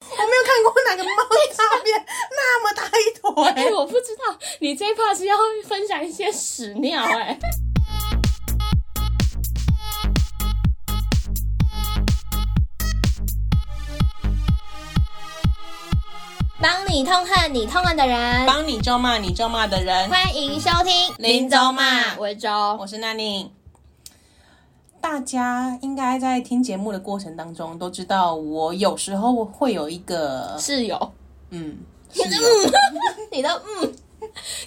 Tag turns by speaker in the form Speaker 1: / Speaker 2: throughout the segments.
Speaker 1: 哎欸
Speaker 2: 你这一 part 是要分享一些屎尿哎、
Speaker 1: 帮你痛恨你痛恨的人，
Speaker 2: 帮你咒骂你咒骂的人，
Speaker 1: 欢迎收听
Speaker 2: 林州骂
Speaker 1: 我是周，
Speaker 2: 我是娜宁。大家应该在听节目的过程当中都知道，我有时候会有一个
Speaker 1: 室友，
Speaker 2: 嗯，室友
Speaker 1: 你的嗯，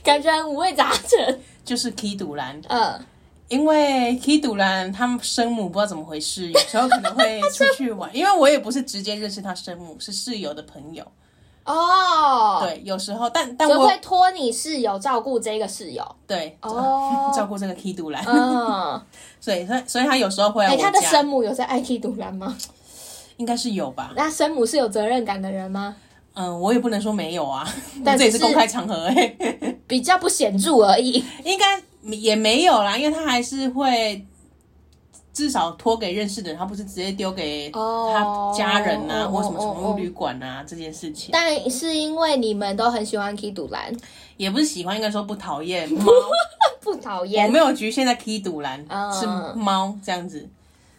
Speaker 1: 感觉很五味杂陈，
Speaker 2: 就是 K 堵兰，
Speaker 1: 嗯，
Speaker 2: 因为 K 堵兰他们生母不知道怎么回事，有时候可能会出去 玩，因为我也不是直接认识他生母，是室友的朋友。
Speaker 1: 哦，，
Speaker 2: 对，有时候但但
Speaker 1: 就
Speaker 2: 我
Speaker 1: 会托你室友照顾这个室友，
Speaker 2: 对
Speaker 1: 哦
Speaker 2: 照顾这个 K 堵兰，
Speaker 1: 嗯，
Speaker 2: 所以所以所以他有时候会来
Speaker 1: 哎、
Speaker 2: 我
Speaker 1: 他的
Speaker 2: 家
Speaker 1: 生母有在爱踢独篮吗？
Speaker 2: 应该是有吧。
Speaker 1: 那生母是有责任感的人吗？
Speaker 2: 嗯，我也不能说没有啊，
Speaker 1: 但
Speaker 2: 这也是
Speaker 1: 是
Speaker 2: 公开场合哎、欸，
Speaker 1: 比较不显著而已，
Speaker 2: 应该也没有啦，因为他还是会至少托给认识的人，他不是直接丢给
Speaker 1: 哦
Speaker 2: 他家人啊，
Speaker 1: 哦
Speaker 2: 或什么
Speaker 1: 哦哦
Speaker 2: 宠物旅馆啊、这件事情，
Speaker 1: 但是因为你们都很喜欢踢独篮，
Speaker 2: 也不是喜欢，应该说不讨 厌猫，
Speaker 1: 不讨
Speaker 2: 我
Speaker 1: 厌。
Speaker 2: 没有局限在 K 堵栏，
Speaker 1: 嗯
Speaker 2: 是猫这样子。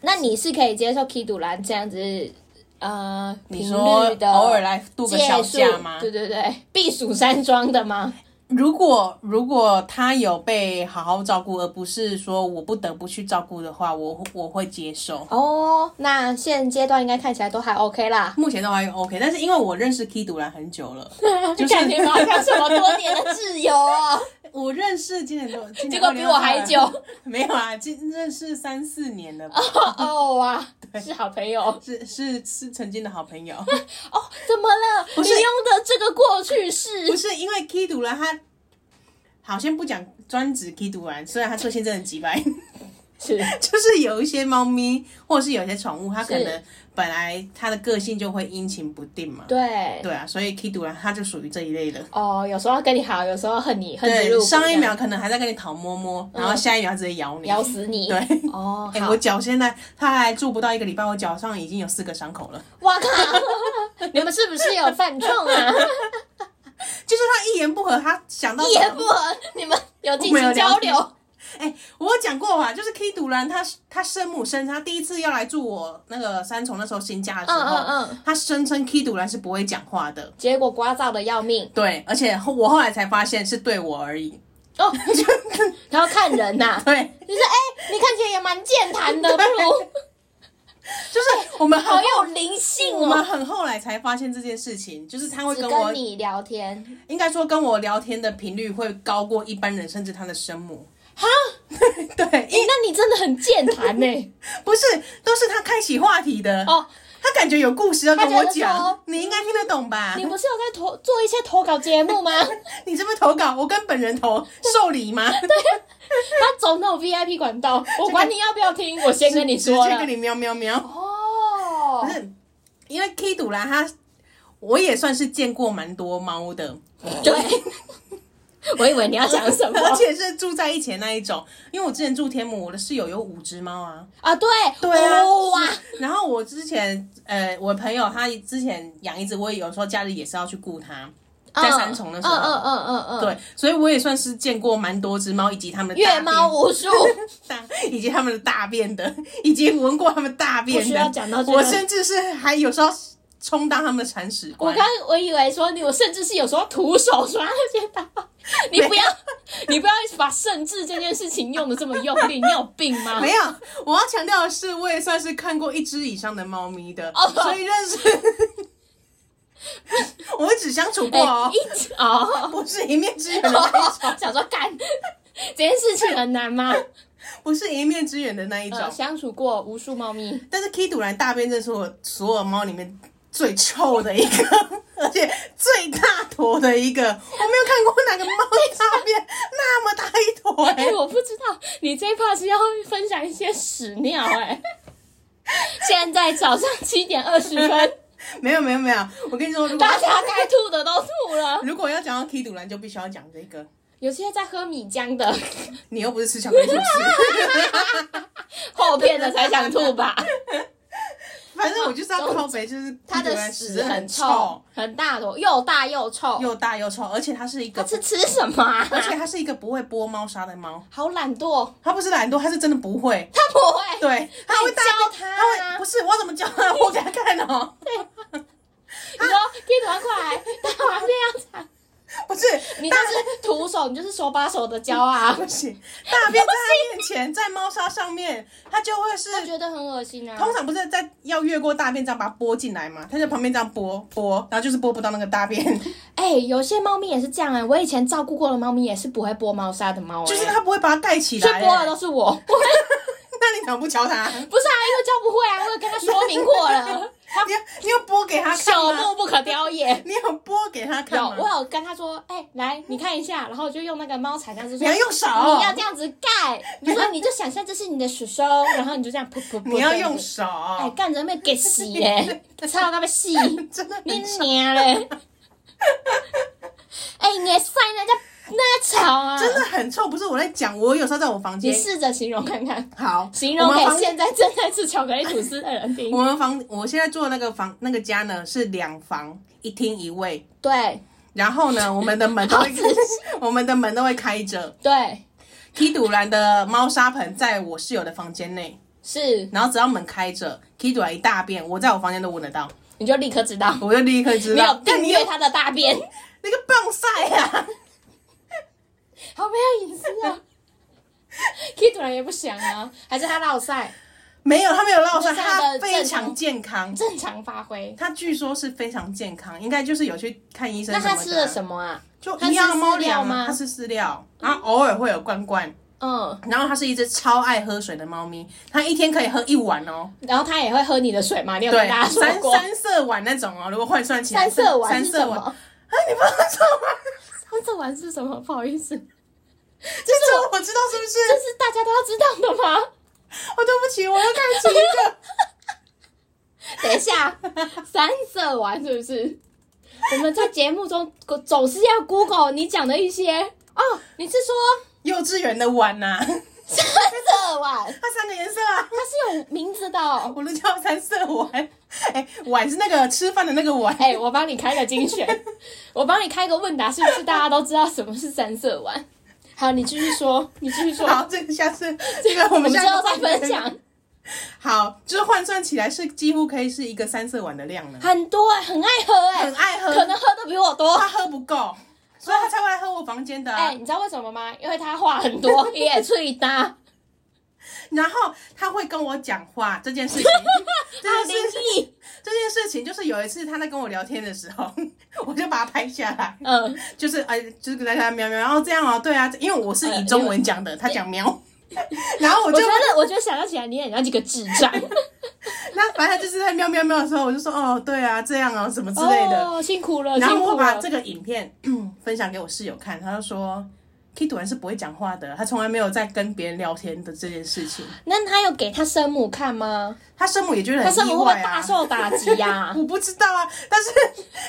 Speaker 1: 那你是可以接受 K 独篮这样子，呃，
Speaker 2: 你
Speaker 1: 频
Speaker 2: 说
Speaker 1: 率的
Speaker 2: 偶尔来度个小
Speaker 1: 借
Speaker 2: 假
Speaker 1: 宿
Speaker 2: 吗？
Speaker 1: 对对对，避暑山庄的吗？
Speaker 2: 如果如果他有被好好照顾，而不是说我不得不去照顾的话，我我会接受。
Speaker 1: 哦，那现阶段应该看起来都还 OK 啦。
Speaker 2: 目前都还 OK，但是因为我认识 K 独兰很久 了，就是
Speaker 1: 感觉好像什么多年的挚友哦，
Speaker 2: 我认识今年多，今年
Speaker 1: 结果比我还久。
Speaker 2: 2022 没有啊，今认识三四年了吧，
Speaker 1: 哦哇，是好朋友哦。
Speaker 2: 是是是曾经的好朋友，
Speaker 1: 怎么了？
Speaker 2: 不是
Speaker 1: 你用的这个过去式
Speaker 2: 不是因为 K 独兰他，好先不讲专指 K 独兰，虽然他个性真的几百，
Speaker 1: 是
Speaker 2: 就是有一些猫咪或者是有一些宠物，它可
Speaker 1: 是
Speaker 2: 能本来它的个性就会阴晴不定嘛，
Speaker 1: 对
Speaker 2: 对啊，所以 K 独兰它就属于这一类的。
Speaker 1: 哦，有时候跟你好，有时候恨你，恨之
Speaker 2: 对，
Speaker 1: 入骨。
Speaker 2: 上一
Speaker 1: 这样嗯
Speaker 2: 秒可能还在跟你讨摸摸，然后下一秒它直接咬你，
Speaker 1: 咬死你。
Speaker 2: 对，
Speaker 1: 哦，
Speaker 2: 哎、
Speaker 1: 好
Speaker 2: 我，脚现在他还住不到一个礼拜，我脚上已经有四个伤口了。
Speaker 1: 哇靠，你们是不是有犯 冲啊？
Speaker 2: 就是他一言不合，他想到
Speaker 1: 一言不合，你们有进
Speaker 2: 我们有
Speaker 1: 行
Speaker 2: 聊
Speaker 1: 交流？
Speaker 2: 哎、我有讲过吧，就是 K 独兰他他生母声称他第一次要来住我那个三重那时候新家的时
Speaker 1: 嗯
Speaker 2: 候，
Speaker 1: 嗯嗯。
Speaker 2: 他声称 K 独兰是不会讲话的。
Speaker 1: 结果刮噪的要命
Speaker 2: 对，而且后我后来才发现是对我而 已。
Speaker 1: 哦，然后看人呐、
Speaker 2: 对，
Speaker 1: 就是哎、你看起来也蛮健谈的，不如
Speaker 2: 就是我们很
Speaker 1: 好有灵性
Speaker 2: 我们
Speaker 1: 哦。
Speaker 2: 很后来才发现这件事情，就是他会
Speaker 1: 只
Speaker 2: 跟我
Speaker 1: 跟你聊天，
Speaker 2: 应该说跟我聊天的频率会高过一般人，甚至他的生 母。
Speaker 1: 哈，
Speaker 2: 对，
Speaker 1: 哎、那你真的很 健谈呢、
Speaker 2: 不是，都是他开启话题的。
Speaker 1: 哦，
Speaker 2: 他感觉有故事要跟我
Speaker 1: 他觉得
Speaker 2: 讲
Speaker 1: 说，
Speaker 2: 你应该听得懂吧？
Speaker 1: 你
Speaker 2: 你
Speaker 1: 不是有在投做一些投稿节目吗？
Speaker 2: 是不是投稿？我跟本人 投受理吗？
Speaker 1: 他走那种 VIP 管道，我管你要不要听，我先跟你说
Speaker 2: 直接
Speaker 1: 了
Speaker 2: 跟。你喵喵喵。
Speaker 1: 哦
Speaker 2: 不，是，因为 K 堵啦，他我也算是见过蛮多猫 的，
Speaker 1: 对，我以为你要讲什么
Speaker 2: 而且是住在一起的那一种。因为我之前住天母，我的室友有五只猫啊。
Speaker 1: 啊？对，
Speaker 2: 对啊，
Speaker 1: 哦 哇，
Speaker 2: 是然后我之前，呃，我朋友他之前养一只，我也有时候假日也是要去顾它，在三重的时候。
Speaker 1: 嗯嗯嗯嗯嗯，
Speaker 2: 对，所以我也算是见过蛮多只猫，以及它们的大
Speaker 1: 阅猫
Speaker 2: 便
Speaker 1: 无数，
Speaker 2: 大，以及他们的大便的， 以及闻过他们大便的。
Speaker 1: 不需要讲到这个
Speaker 2: 我甚至是还有时候充当他们的铲屎
Speaker 1: 我
Speaker 2: 官。
Speaker 1: 刚我以为说你，我甚至是有时候徒手刷那些大便，你不要，你不要把“甚至”这件事情用的这么用力，你有病吗？
Speaker 2: 没有，我要强调的是，我也算是看过一只以上的猫咪的
Speaker 1: 哦
Speaker 2: 所以认识。 我只相处过
Speaker 1: 哎
Speaker 2: 哦，
Speaker 1: 一哦直哦，
Speaker 2: 不是一面之缘的那一种，
Speaker 1: 想说干这件事情很难吗？
Speaker 2: 不是 一面之缘的那一种
Speaker 1: 呃，。相处过无数猫咪，
Speaker 2: 但是 K 杜兰大便，这是我所有猫里面最臭的一个， 而且最大坨的一个。我没有看过哪个猫大 便那么大一坨、
Speaker 1: 哎、
Speaker 2: 欸。
Speaker 1: 我不知道你这一 part 是要分享一些屎尿 哎、现在早上七点二 十分，
Speaker 2: 没有没有没有，我跟你说，如果
Speaker 1: 大家该吐的都吐了，
Speaker 2: 如果要讲到 K 杜兰，就必须要讲这个。
Speaker 1: 有些在喝米浆 的，
Speaker 2: 你又不是吃巧克力吐司，
Speaker 1: 后片的才想吐吧。
Speaker 2: 反反正我就是要
Speaker 1: 总
Speaker 2: 靠北，就是
Speaker 1: 它
Speaker 2: 屁股
Speaker 1: 的
Speaker 2: 的
Speaker 1: 屎
Speaker 2: 很
Speaker 1: 很臭，，很大坨，又大又臭。
Speaker 2: 又大又臭，而且它是一个
Speaker 1: 它，是吃什么啊？
Speaker 2: 而且它是一个不会拨猫砂的猫，
Speaker 1: 好懒惰，
Speaker 2: 它不是懒惰，它是真的不会。
Speaker 1: 它不会。
Speaker 2: 对，它会大
Speaker 1: 教
Speaker 2: 便
Speaker 1: 它啊
Speaker 2: 它会不是我怎么教它？ 我给它看哦，
Speaker 1: 你说屁股要过来，大完便要长，
Speaker 2: 不是，
Speaker 1: 你就
Speaker 2: 大
Speaker 1: 是徒手，你就是手把手的 教啊。
Speaker 2: 不行，大便在它面前，在猫砂上面，它就会是
Speaker 1: 我觉得很恶心啊。
Speaker 2: 通常不是在要越过大便这样把它拨进来嘛？它在旁边这样拨拨，然后就是拨不到那个大便，
Speaker 1: 哎、有些猫咪也是这样啊、我以前照顾过的猫咪也是不会拨猫砂的猫、哎
Speaker 2: 就是它不会把它盖起
Speaker 1: 所
Speaker 2: 来、欸
Speaker 1: 以拨的都是我。 我
Speaker 2: 那你怎么不教 它？
Speaker 1: 不是啊，因为教不会啊，我有跟他说明 过了。
Speaker 2: 你有你有拨给它看
Speaker 1: 朽
Speaker 2: 吗？
Speaker 1: 木不可雕也。
Speaker 2: 你有拨给它看
Speaker 1: 有，
Speaker 2: 吗？
Speaker 1: 我有跟他说，哎、来，你看一下，然后我就用那个猫铲，像是
Speaker 2: 你
Speaker 1: 说，
Speaker 2: 要用手，
Speaker 1: 你要这样子盖，你说你就想象这是你的手手，然后你就这样噗噗噗，
Speaker 2: 你要
Speaker 1: 这样
Speaker 2: 用
Speaker 1: 子，
Speaker 2: 手，
Speaker 1: 哎，干人被给 洗耶，操他们洗，
Speaker 2: 真的
Speaker 1: 你
Speaker 2: 很臭，
Speaker 1: 娘嘞！哎，你也晒人家那个草啊！
Speaker 2: 真的，很臭。不是我在讲，我有时候在我房
Speaker 1: 你
Speaker 2: 间，
Speaker 1: 试着形容看看，
Speaker 2: 好
Speaker 1: 形容
Speaker 2: 我
Speaker 1: 给
Speaker 2: 们房
Speaker 1: 现在正在吃巧克力吐司的人听
Speaker 2: 我。们房我现在住的那个房那个家呢是两房一厅一卫，
Speaker 1: 对
Speaker 2: 然后 呢我们的门都会
Speaker 1: 好仔细
Speaker 2: 我们的门都会开着。
Speaker 1: 对，
Speaker 2: K 杜兰的猫砂盆在我室友的房间内，
Speaker 1: 是，
Speaker 2: 然后只要门开着，K 杜兰一大便，我在我房间都闻得到，
Speaker 1: 你就立刻知道。
Speaker 2: 我就立刻知
Speaker 1: 没有
Speaker 2: 道。
Speaker 1: 订阅
Speaker 2: 有
Speaker 1: 他的大 便，
Speaker 2: 那个棒晒啊！
Speaker 1: 好没有隐私 啊！K 突然也不想啊，还是他落晒，
Speaker 2: 没有，他没有落
Speaker 1: 那
Speaker 2: 晒，
Speaker 1: 是它
Speaker 2: 他
Speaker 1: 的
Speaker 2: 非
Speaker 1: 正常
Speaker 2: 常健康。
Speaker 1: 正常发挥。
Speaker 2: 他据说是非常健康，应该就是有去看医生
Speaker 1: 那
Speaker 2: 什么
Speaker 1: 他
Speaker 2: 的。
Speaker 1: 吃了什么啊？
Speaker 2: 就
Speaker 1: 它
Speaker 2: 一样
Speaker 1: 是
Speaker 2: 的猫
Speaker 1: 饲料
Speaker 2: 粮啊
Speaker 1: 吗
Speaker 2: 它是饲料，然后偶尔会有罐罐。
Speaker 1: 嗯，
Speaker 2: 然后它是一只超爱喝水的猫咪，它一天可以喝一碗哦。
Speaker 1: 然后他也会喝你的水嘛？你有跟
Speaker 2: 对，
Speaker 1: 大家说
Speaker 2: 三
Speaker 1: 过？
Speaker 2: 三色碗那种哦，如果换算起来，
Speaker 1: 三色丸
Speaker 2: 三
Speaker 1: 是什
Speaker 2: 色碗，
Speaker 1: 么？
Speaker 2: 哎，你不知道吗？
Speaker 1: 三色丸是什么？不好意思，
Speaker 2: 这种我知道是不
Speaker 1: 这
Speaker 2: 是？
Speaker 1: 是大家都要知道的吗？
Speaker 2: 我对不起，我又看起一个。
Speaker 1: 等一下， 三色丸是不是？我们在节目中总是要 Google 你讲的一些哦，你是说
Speaker 2: 幼稚园的碗 呐、
Speaker 1: 三色丸？
Speaker 2: 它三个颜色啊，
Speaker 1: 它是有名字的哦、
Speaker 2: 我都叫它三色碗。哎、碗是那个吃饭的那个碗，
Speaker 1: 哎、我帮你开个精选， 我帮你开个问答，是不是大家都知道什么是三色丸？好，你继续说，你继续说，
Speaker 2: 好，这个下次这个我
Speaker 1: 我
Speaker 2: 们
Speaker 1: 们之
Speaker 2: 下
Speaker 1: 后
Speaker 2: 次
Speaker 1: 再分。享。
Speaker 2: 好，就是换算起来是几乎可以是一个三色碗的量了。
Speaker 1: 很多、哎，很爱喝哎、
Speaker 2: 很爱喝，
Speaker 1: 可能喝的比我 多。
Speaker 2: 他喝不够，所以他才会来喝我房间的啊、
Speaker 1: 哎、你知道为什么吗？因为他话很 多，也最 搭，
Speaker 2: 然后他会跟我讲话这 件事情，
Speaker 1: 他
Speaker 2: 这
Speaker 1: 灵
Speaker 2: 件事
Speaker 1: 异。
Speaker 2: 这件事情就是有一次他在跟我聊天的时候， 我就把他拍下来，
Speaker 1: 嗯，
Speaker 2: 就是哎、就是跟大家喵喵，然后这样哦，对啊，因为我是以
Speaker 1: 呃
Speaker 2: 中文讲的，他讲喵， 然后我
Speaker 1: 我
Speaker 2: 就
Speaker 1: 觉得，我觉得想象起来你很像几个智 障
Speaker 2: 那反正他就是在喵喵喵的时候，我就说哦，对啊，这样啊，什么之类的，
Speaker 1: 哦，辛苦了，
Speaker 2: 然
Speaker 1: 辛
Speaker 2: 后我
Speaker 1: 苦
Speaker 2: 把
Speaker 1: 了。
Speaker 2: 这个影片 分享给我室友看，他就说。K 突然是不会讲话的，他从来没有在跟别人聊天的这件事 情。
Speaker 1: 那他有给他生母看吗？
Speaker 2: 他生母也觉得
Speaker 1: 他
Speaker 2: 很
Speaker 1: 生母
Speaker 2: 意
Speaker 1: 会不
Speaker 2: 外
Speaker 1: 会
Speaker 2: 啊
Speaker 1: 大，受打击呀、
Speaker 2: 我不知道啊，但是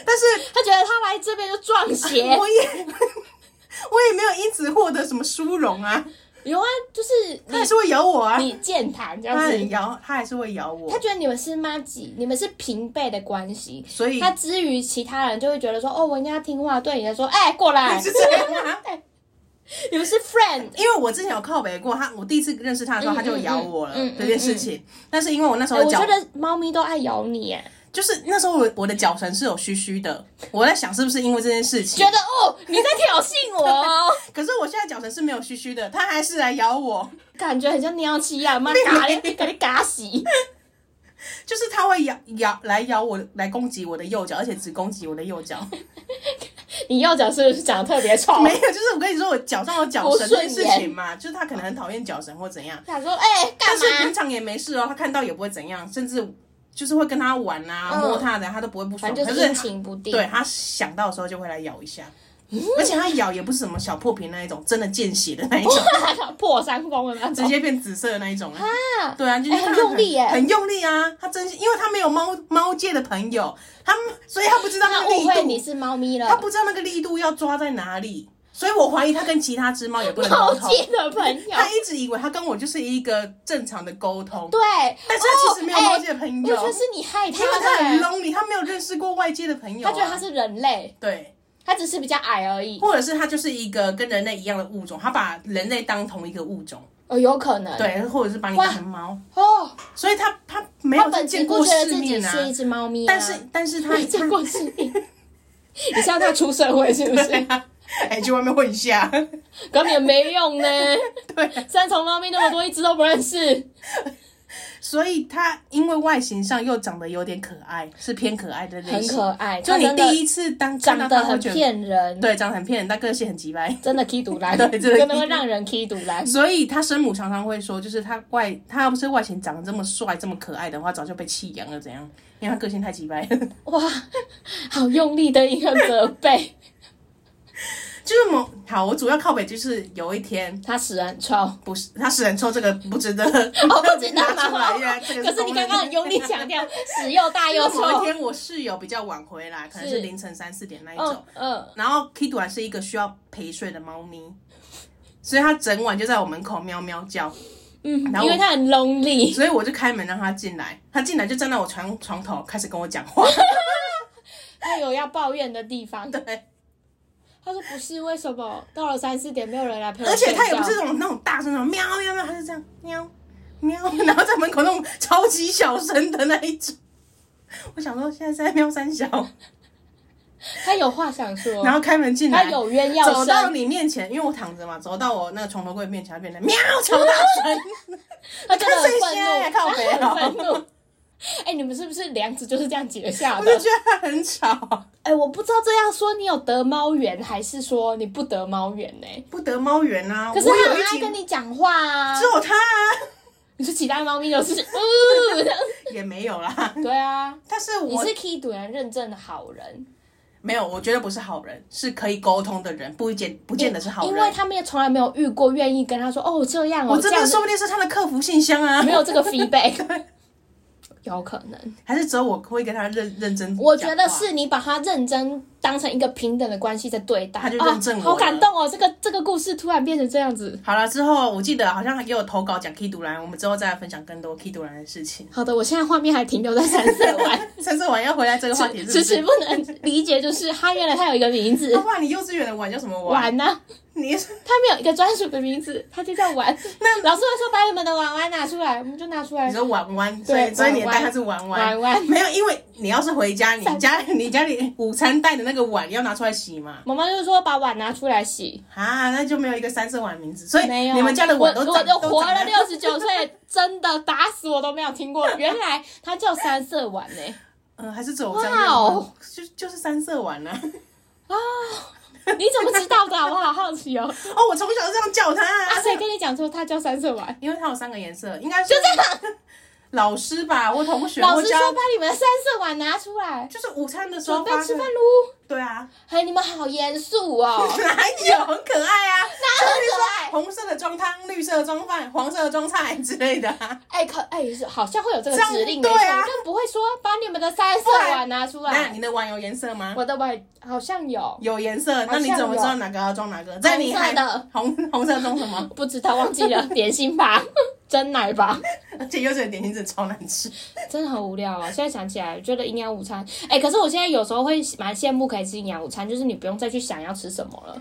Speaker 2: 但 是
Speaker 1: 他觉得他来这边就撞邪，
Speaker 2: 我也我也没有因此获得什么殊荣啊，
Speaker 1: 有啊，就是
Speaker 2: 他还是会咬我啊，
Speaker 1: 你健谈这样
Speaker 2: 他很
Speaker 1: 子。
Speaker 2: 咬，他还是会咬
Speaker 1: 他
Speaker 2: 我，
Speaker 1: 觉得你们是妈几，你们是平辈的关系，
Speaker 2: 所以
Speaker 1: 他之于其他人就会觉得说，哦，我应该要听话，对你来说，哎、过来，
Speaker 2: 是这样 啊。
Speaker 1: 你们是 friend，
Speaker 2: 因为我之前有靠北过他，我第一次认识他的时候
Speaker 1: 嗯
Speaker 2: 他就咬我了
Speaker 1: 嗯嗯嗯
Speaker 2: 这件事情，但是因为我那时
Speaker 1: 哎、
Speaker 2: 候的
Speaker 1: 我
Speaker 2: 脚
Speaker 1: 觉得猫咪都爱咬你，哎，
Speaker 2: 就是那时候我我的脚绳是有虚虚的，我在想是不是因为这件事情
Speaker 1: 觉，得哦，你在挑衅我哦，
Speaker 2: 可是我现在脚绳是没有虚虚的，他还是来咬我，
Speaker 1: 感觉很像尿气啊，妈嘎你，赶紧嘎死，
Speaker 2: 就是他会咬咬来咬我，来攻击我的右脚，而且只攻击我的右 脚。
Speaker 1: 你右脚是不是长得特别丑？
Speaker 2: 没有，就是我跟你说，我脚上有脚
Speaker 1: 不
Speaker 2: 绳这
Speaker 1: 顺眼
Speaker 2: 件事情嘛，就是他可能很讨厌脚绳或怎样，
Speaker 1: 想说，哎、
Speaker 2: 但
Speaker 1: 干
Speaker 2: 是平
Speaker 1: 嘛？
Speaker 2: 常也没事哦，他看到也不会怎样，甚至就是会跟他玩啊、
Speaker 1: 嗯
Speaker 2: 摸他的，他都不会不
Speaker 1: 反
Speaker 2: 爽。
Speaker 1: 正就
Speaker 2: 可
Speaker 1: 是阴
Speaker 2: 是
Speaker 1: 晴不定，
Speaker 2: 对他想到的时候就会来咬一下，而且他咬也不是什么小破皮那一种，真的见血的那一 种，
Speaker 1: 破伤风的那
Speaker 2: 直
Speaker 1: 种。
Speaker 2: 接变紫色的那一种啊。
Speaker 1: 啊，
Speaker 2: 对啊，就是
Speaker 1: 哎
Speaker 2: 他
Speaker 1: 很用力耶
Speaker 2: 很用力啊！他真心，因为他没有猫猫界的朋友，他所以他不知道那
Speaker 1: 他
Speaker 2: 个力
Speaker 1: 误会
Speaker 2: 度，
Speaker 1: 你是猫咪了
Speaker 2: 他。不知道那个力度要抓在哪里，所以我怀疑他跟其他只猫也不能沟
Speaker 1: 猫
Speaker 2: 通。
Speaker 1: 界的朋友，
Speaker 2: 他一直以为他跟我就是一个正常的沟通，
Speaker 1: 对，
Speaker 2: 但是他其实没有
Speaker 1: 哦
Speaker 2: 猫
Speaker 1: 哎
Speaker 2: 界的朋
Speaker 1: 我
Speaker 2: 友，
Speaker 1: 觉得是你害他
Speaker 2: 因为他很
Speaker 1: 的，
Speaker 2: lonely，他没有认识过外界的朋友、啊
Speaker 1: 他觉得他是人类，
Speaker 2: 对，
Speaker 1: 他只是比较矮而已。
Speaker 2: 或者是他就是一个跟人类一样的物种，他把人类当同一个物种，
Speaker 1: 哦，有可能。
Speaker 2: 对，或者是把你当成猫，
Speaker 1: 哦，
Speaker 2: 所以他他没
Speaker 1: 他
Speaker 2: 有
Speaker 1: 本质
Speaker 2: 见
Speaker 1: 不
Speaker 2: 过
Speaker 1: 觉得
Speaker 2: 世
Speaker 1: 自己
Speaker 2: 面啊，
Speaker 1: 是一只猫咪啊，
Speaker 2: 但 是但是他
Speaker 1: 没见过世面。 你是要他出社会是不
Speaker 2: 对
Speaker 1: 是？
Speaker 2: 啊，哎、去外面混一下，
Speaker 1: 根本也没用 呢。
Speaker 2: 对，
Speaker 1: 三重猫咪那么多，一只都不认识。
Speaker 2: 所以他因为外形上又长得有点可爱，是偏可爱的类
Speaker 1: 很
Speaker 2: 型，
Speaker 1: 可爱，
Speaker 2: 就你
Speaker 1: 它真的
Speaker 2: 第一次当看
Speaker 1: 长
Speaker 2: 到
Speaker 1: 得
Speaker 2: 他会
Speaker 1: 很
Speaker 2: 觉得
Speaker 1: 骗人，
Speaker 2: 对，长得很骗人，但个性很急白。
Speaker 1: 真的 K 独来，
Speaker 2: 对真的
Speaker 1: 真的会让人 K 独 来。
Speaker 2: 所以他生母常常会说，就是他外，他要不是外形长得这么帅、这么可爱的话，早就被弃养了，怎样？因为他个性太急白， 就
Speaker 1: 哇，好用力的一个责备，
Speaker 2: 是某好，我主要靠北就是有一天，
Speaker 1: 他死人很臭。
Speaker 2: 不是他使人抽这个不值得，
Speaker 1: 哦，
Speaker 2: 哦
Speaker 1: 不知道
Speaker 2: 拿出来，
Speaker 1: 吗？
Speaker 2: 因为这个
Speaker 1: 可是你
Speaker 2: 公
Speaker 1: 刚
Speaker 2: 认
Speaker 1: 刚很用力 强调，死又大又
Speaker 2: 某一
Speaker 1: 臭。
Speaker 2: 天我室友比较晚回来，可能
Speaker 1: 是
Speaker 2: 是凌晨三四点那一种，
Speaker 1: 嗯嗯，
Speaker 2: 然后 Kitty 还是一个需要陪睡的猫咪，所以它整晚就在我门口喵喵叫，
Speaker 1: 嗯
Speaker 2: 然，后
Speaker 1: 因为他很 lonely，
Speaker 2: 所以我就开门让它进来，它进来就站在我床床头开始跟我讲 话，
Speaker 1: 他有要抱怨的地方。
Speaker 2: 对，
Speaker 1: 他说不是，为什么到了三四点没有人来陪我
Speaker 2: 而且它也不
Speaker 1: 睡
Speaker 2: 是
Speaker 1: 觉
Speaker 2: 那种那种大声的喵喵喵，它是这样喵喵，然后在门口那种超级小声的那一种。我想说，现在是在喵三小，
Speaker 1: 他有话想说，
Speaker 2: 然后开门进
Speaker 1: 他
Speaker 2: 来，
Speaker 1: 有冤要
Speaker 2: 走到
Speaker 1: 伸，
Speaker 2: 你面前，因为我躺着嘛，走到我那个床头柜面前，它变成喵超大声，
Speaker 1: 他真的
Speaker 2: 看
Speaker 1: 很愤
Speaker 2: 谁先
Speaker 1: 怒，
Speaker 2: 来靠北
Speaker 1: 他
Speaker 2: 哦
Speaker 1: 很愤怒。 哎、你们是不是梁子就是这样结下
Speaker 2: 我
Speaker 1: 的
Speaker 2: 就？觉得它很吵。
Speaker 1: 哎、我不知道这样说你有得猫缘，还是说你不得猫缘呢、
Speaker 2: 不得猫缘啊！
Speaker 1: 可是
Speaker 2: 我
Speaker 1: 他
Speaker 2: 有
Speaker 1: 很
Speaker 2: 一
Speaker 1: 爱
Speaker 2: 集
Speaker 1: 跟你讲话啊
Speaker 2: 只，有他啊，
Speaker 1: 你说其他猫咪都是，呃，这样
Speaker 2: 也没有啦。
Speaker 1: 对啊，
Speaker 2: 但是
Speaker 1: 你
Speaker 2: 我
Speaker 1: 是 Key 赌人认证的好人，
Speaker 2: 没有，我觉得不是好人，是可以沟通的人，不一见不见得是好
Speaker 1: 因为
Speaker 2: 人。
Speaker 1: 他们也从来没有遇过愿意跟他说哦这样哦，
Speaker 2: 我这
Speaker 1: 样
Speaker 2: 边
Speaker 1: 子
Speaker 2: 说不定是他的客服信箱啊，
Speaker 1: 没有这个 feedback，有可能。
Speaker 2: 还是只有我会跟他认认真。
Speaker 1: 我觉得，是你把他认真当成一个平等的关系在对待，
Speaker 2: 他就认证
Speaker 1: 啊
Speaker 2: 我了
Speaker 1: 好感动哦！这个这个故事突然变成这样子。
Speaker 2: 好了之后，我记得好像也有投稿讲 K 独兰，我们之后再来分享更多 K 独兰的事情。
Speaker 1: 好的，我现在画面还停留在三色丸，
Speaker 2: 甚至我要回来这个 话题是不
Speaker 1: 迟迟
Speaker 2: 是？
Speaker 1: 不能理解，就是他原来他有一个名字
Speaker 2: 啊，不然你幼稚园的碗叫什么 碗？
Speaker 1: 丸呢、
Speaker 2: 你
Speaker 1: 他没有一个专属的名字，他就叫丸。那老师会说把你们的碗碗拿出来，我们就拿出来
Speaker 2: 你。说碗碗，所
Speaker 1: 对
Speaker 2: 以所以你的
Speaker 1: 碗碗
Speaker 2: 蛋它是碗碗。
Speaker 1: 碗碗，
Speaker 2: 没有，因为你要是回家，你家 你家里午餐带的那个碗要拿出来洗嘛，
Speaker 1: 妈妈就说把碗拿出来洗。
Speaker 2: 啊，那就没有一个三色碗名字，所以
Speaker 1: 没有，
Speaker 2: 哎你们家的碗都
Speaker 1: 我
Speaker 2: 长
Speaker 1: 我就活了
Speaker 2: 都长
Speaker 1: 六十 九岁，真的打死我都没有听过。原来它叫三色碗呢、
Speaker 2: 嗯，还是只有这样
Speaker 1: 哇哦
Speaker 2: 就就是三色碗啊呢、
Speaker 1: 啊你怎么知道的啊？我好好奇 哦。
Speaker 2: 哦，我从小这样叫他、
Speaker 1: 啊，谁跟你讲说它叫三色碗？
Speaker 2: 因为它有三个颜色，应该就这样。 老师吧，我同学，
Speaker 1: 老
Speaker 2: 我
Speaker 1: 师
Speaker 2: 教
Speaker 1: 说把你们的三色碗拿出来，
Speaker 2: 就是午餐的时
Speaker 1: 准
Speaker 2: 候
Speaker 1: 备
Speaker 2: 发
Speaker 1: 吃
Speaker 2: 生
Speaker 1: 饭，喽。
Speaker 2: 对啊，。
Speaker 1: 哎，你们好严肃哦
Speaker 2: 哪有很可爱啊？
Speaker 1: 哪很可爱
Speaker 2: 红色的装汤，绿色的装饭，黄色的装菜之类的、啊。
Speaker 1: 哎，可哎，是好像会有这个
Speaker 2: 这样
Speaker 1: 指令没
Speaker 2: 对
Speaker 1: 错，
Speaker 2: 啊
Speaker 1: 但不会说把你们的三色碗拿出
Speaker 2: 那
Speaker 1: 来。
Speaker 2: 你的碗有颜色吗？
Speaker 1: 我的碗好像有，
Speaker 2: 有颜色，那你
Speaker 1: 好像
Speaker 2: 怎么
Speaker 1: 有
Speaker 2: 知道哪个要装哪个？在你还
Speaker 1: 红色的
Speaker 2: 红 红色装什么？
Speaker 1: 不知道忘记了，点心吧， 真奶吧。
Speaker 2: 而且优质的点心真的超难吃。
Speaker 1: 真的很无聊啊！现在想起来，觉得营养午餐，哎、可是我现在有时候会蛮羡慕可以吃营养午餐，就是你不用再去想要吃什么了。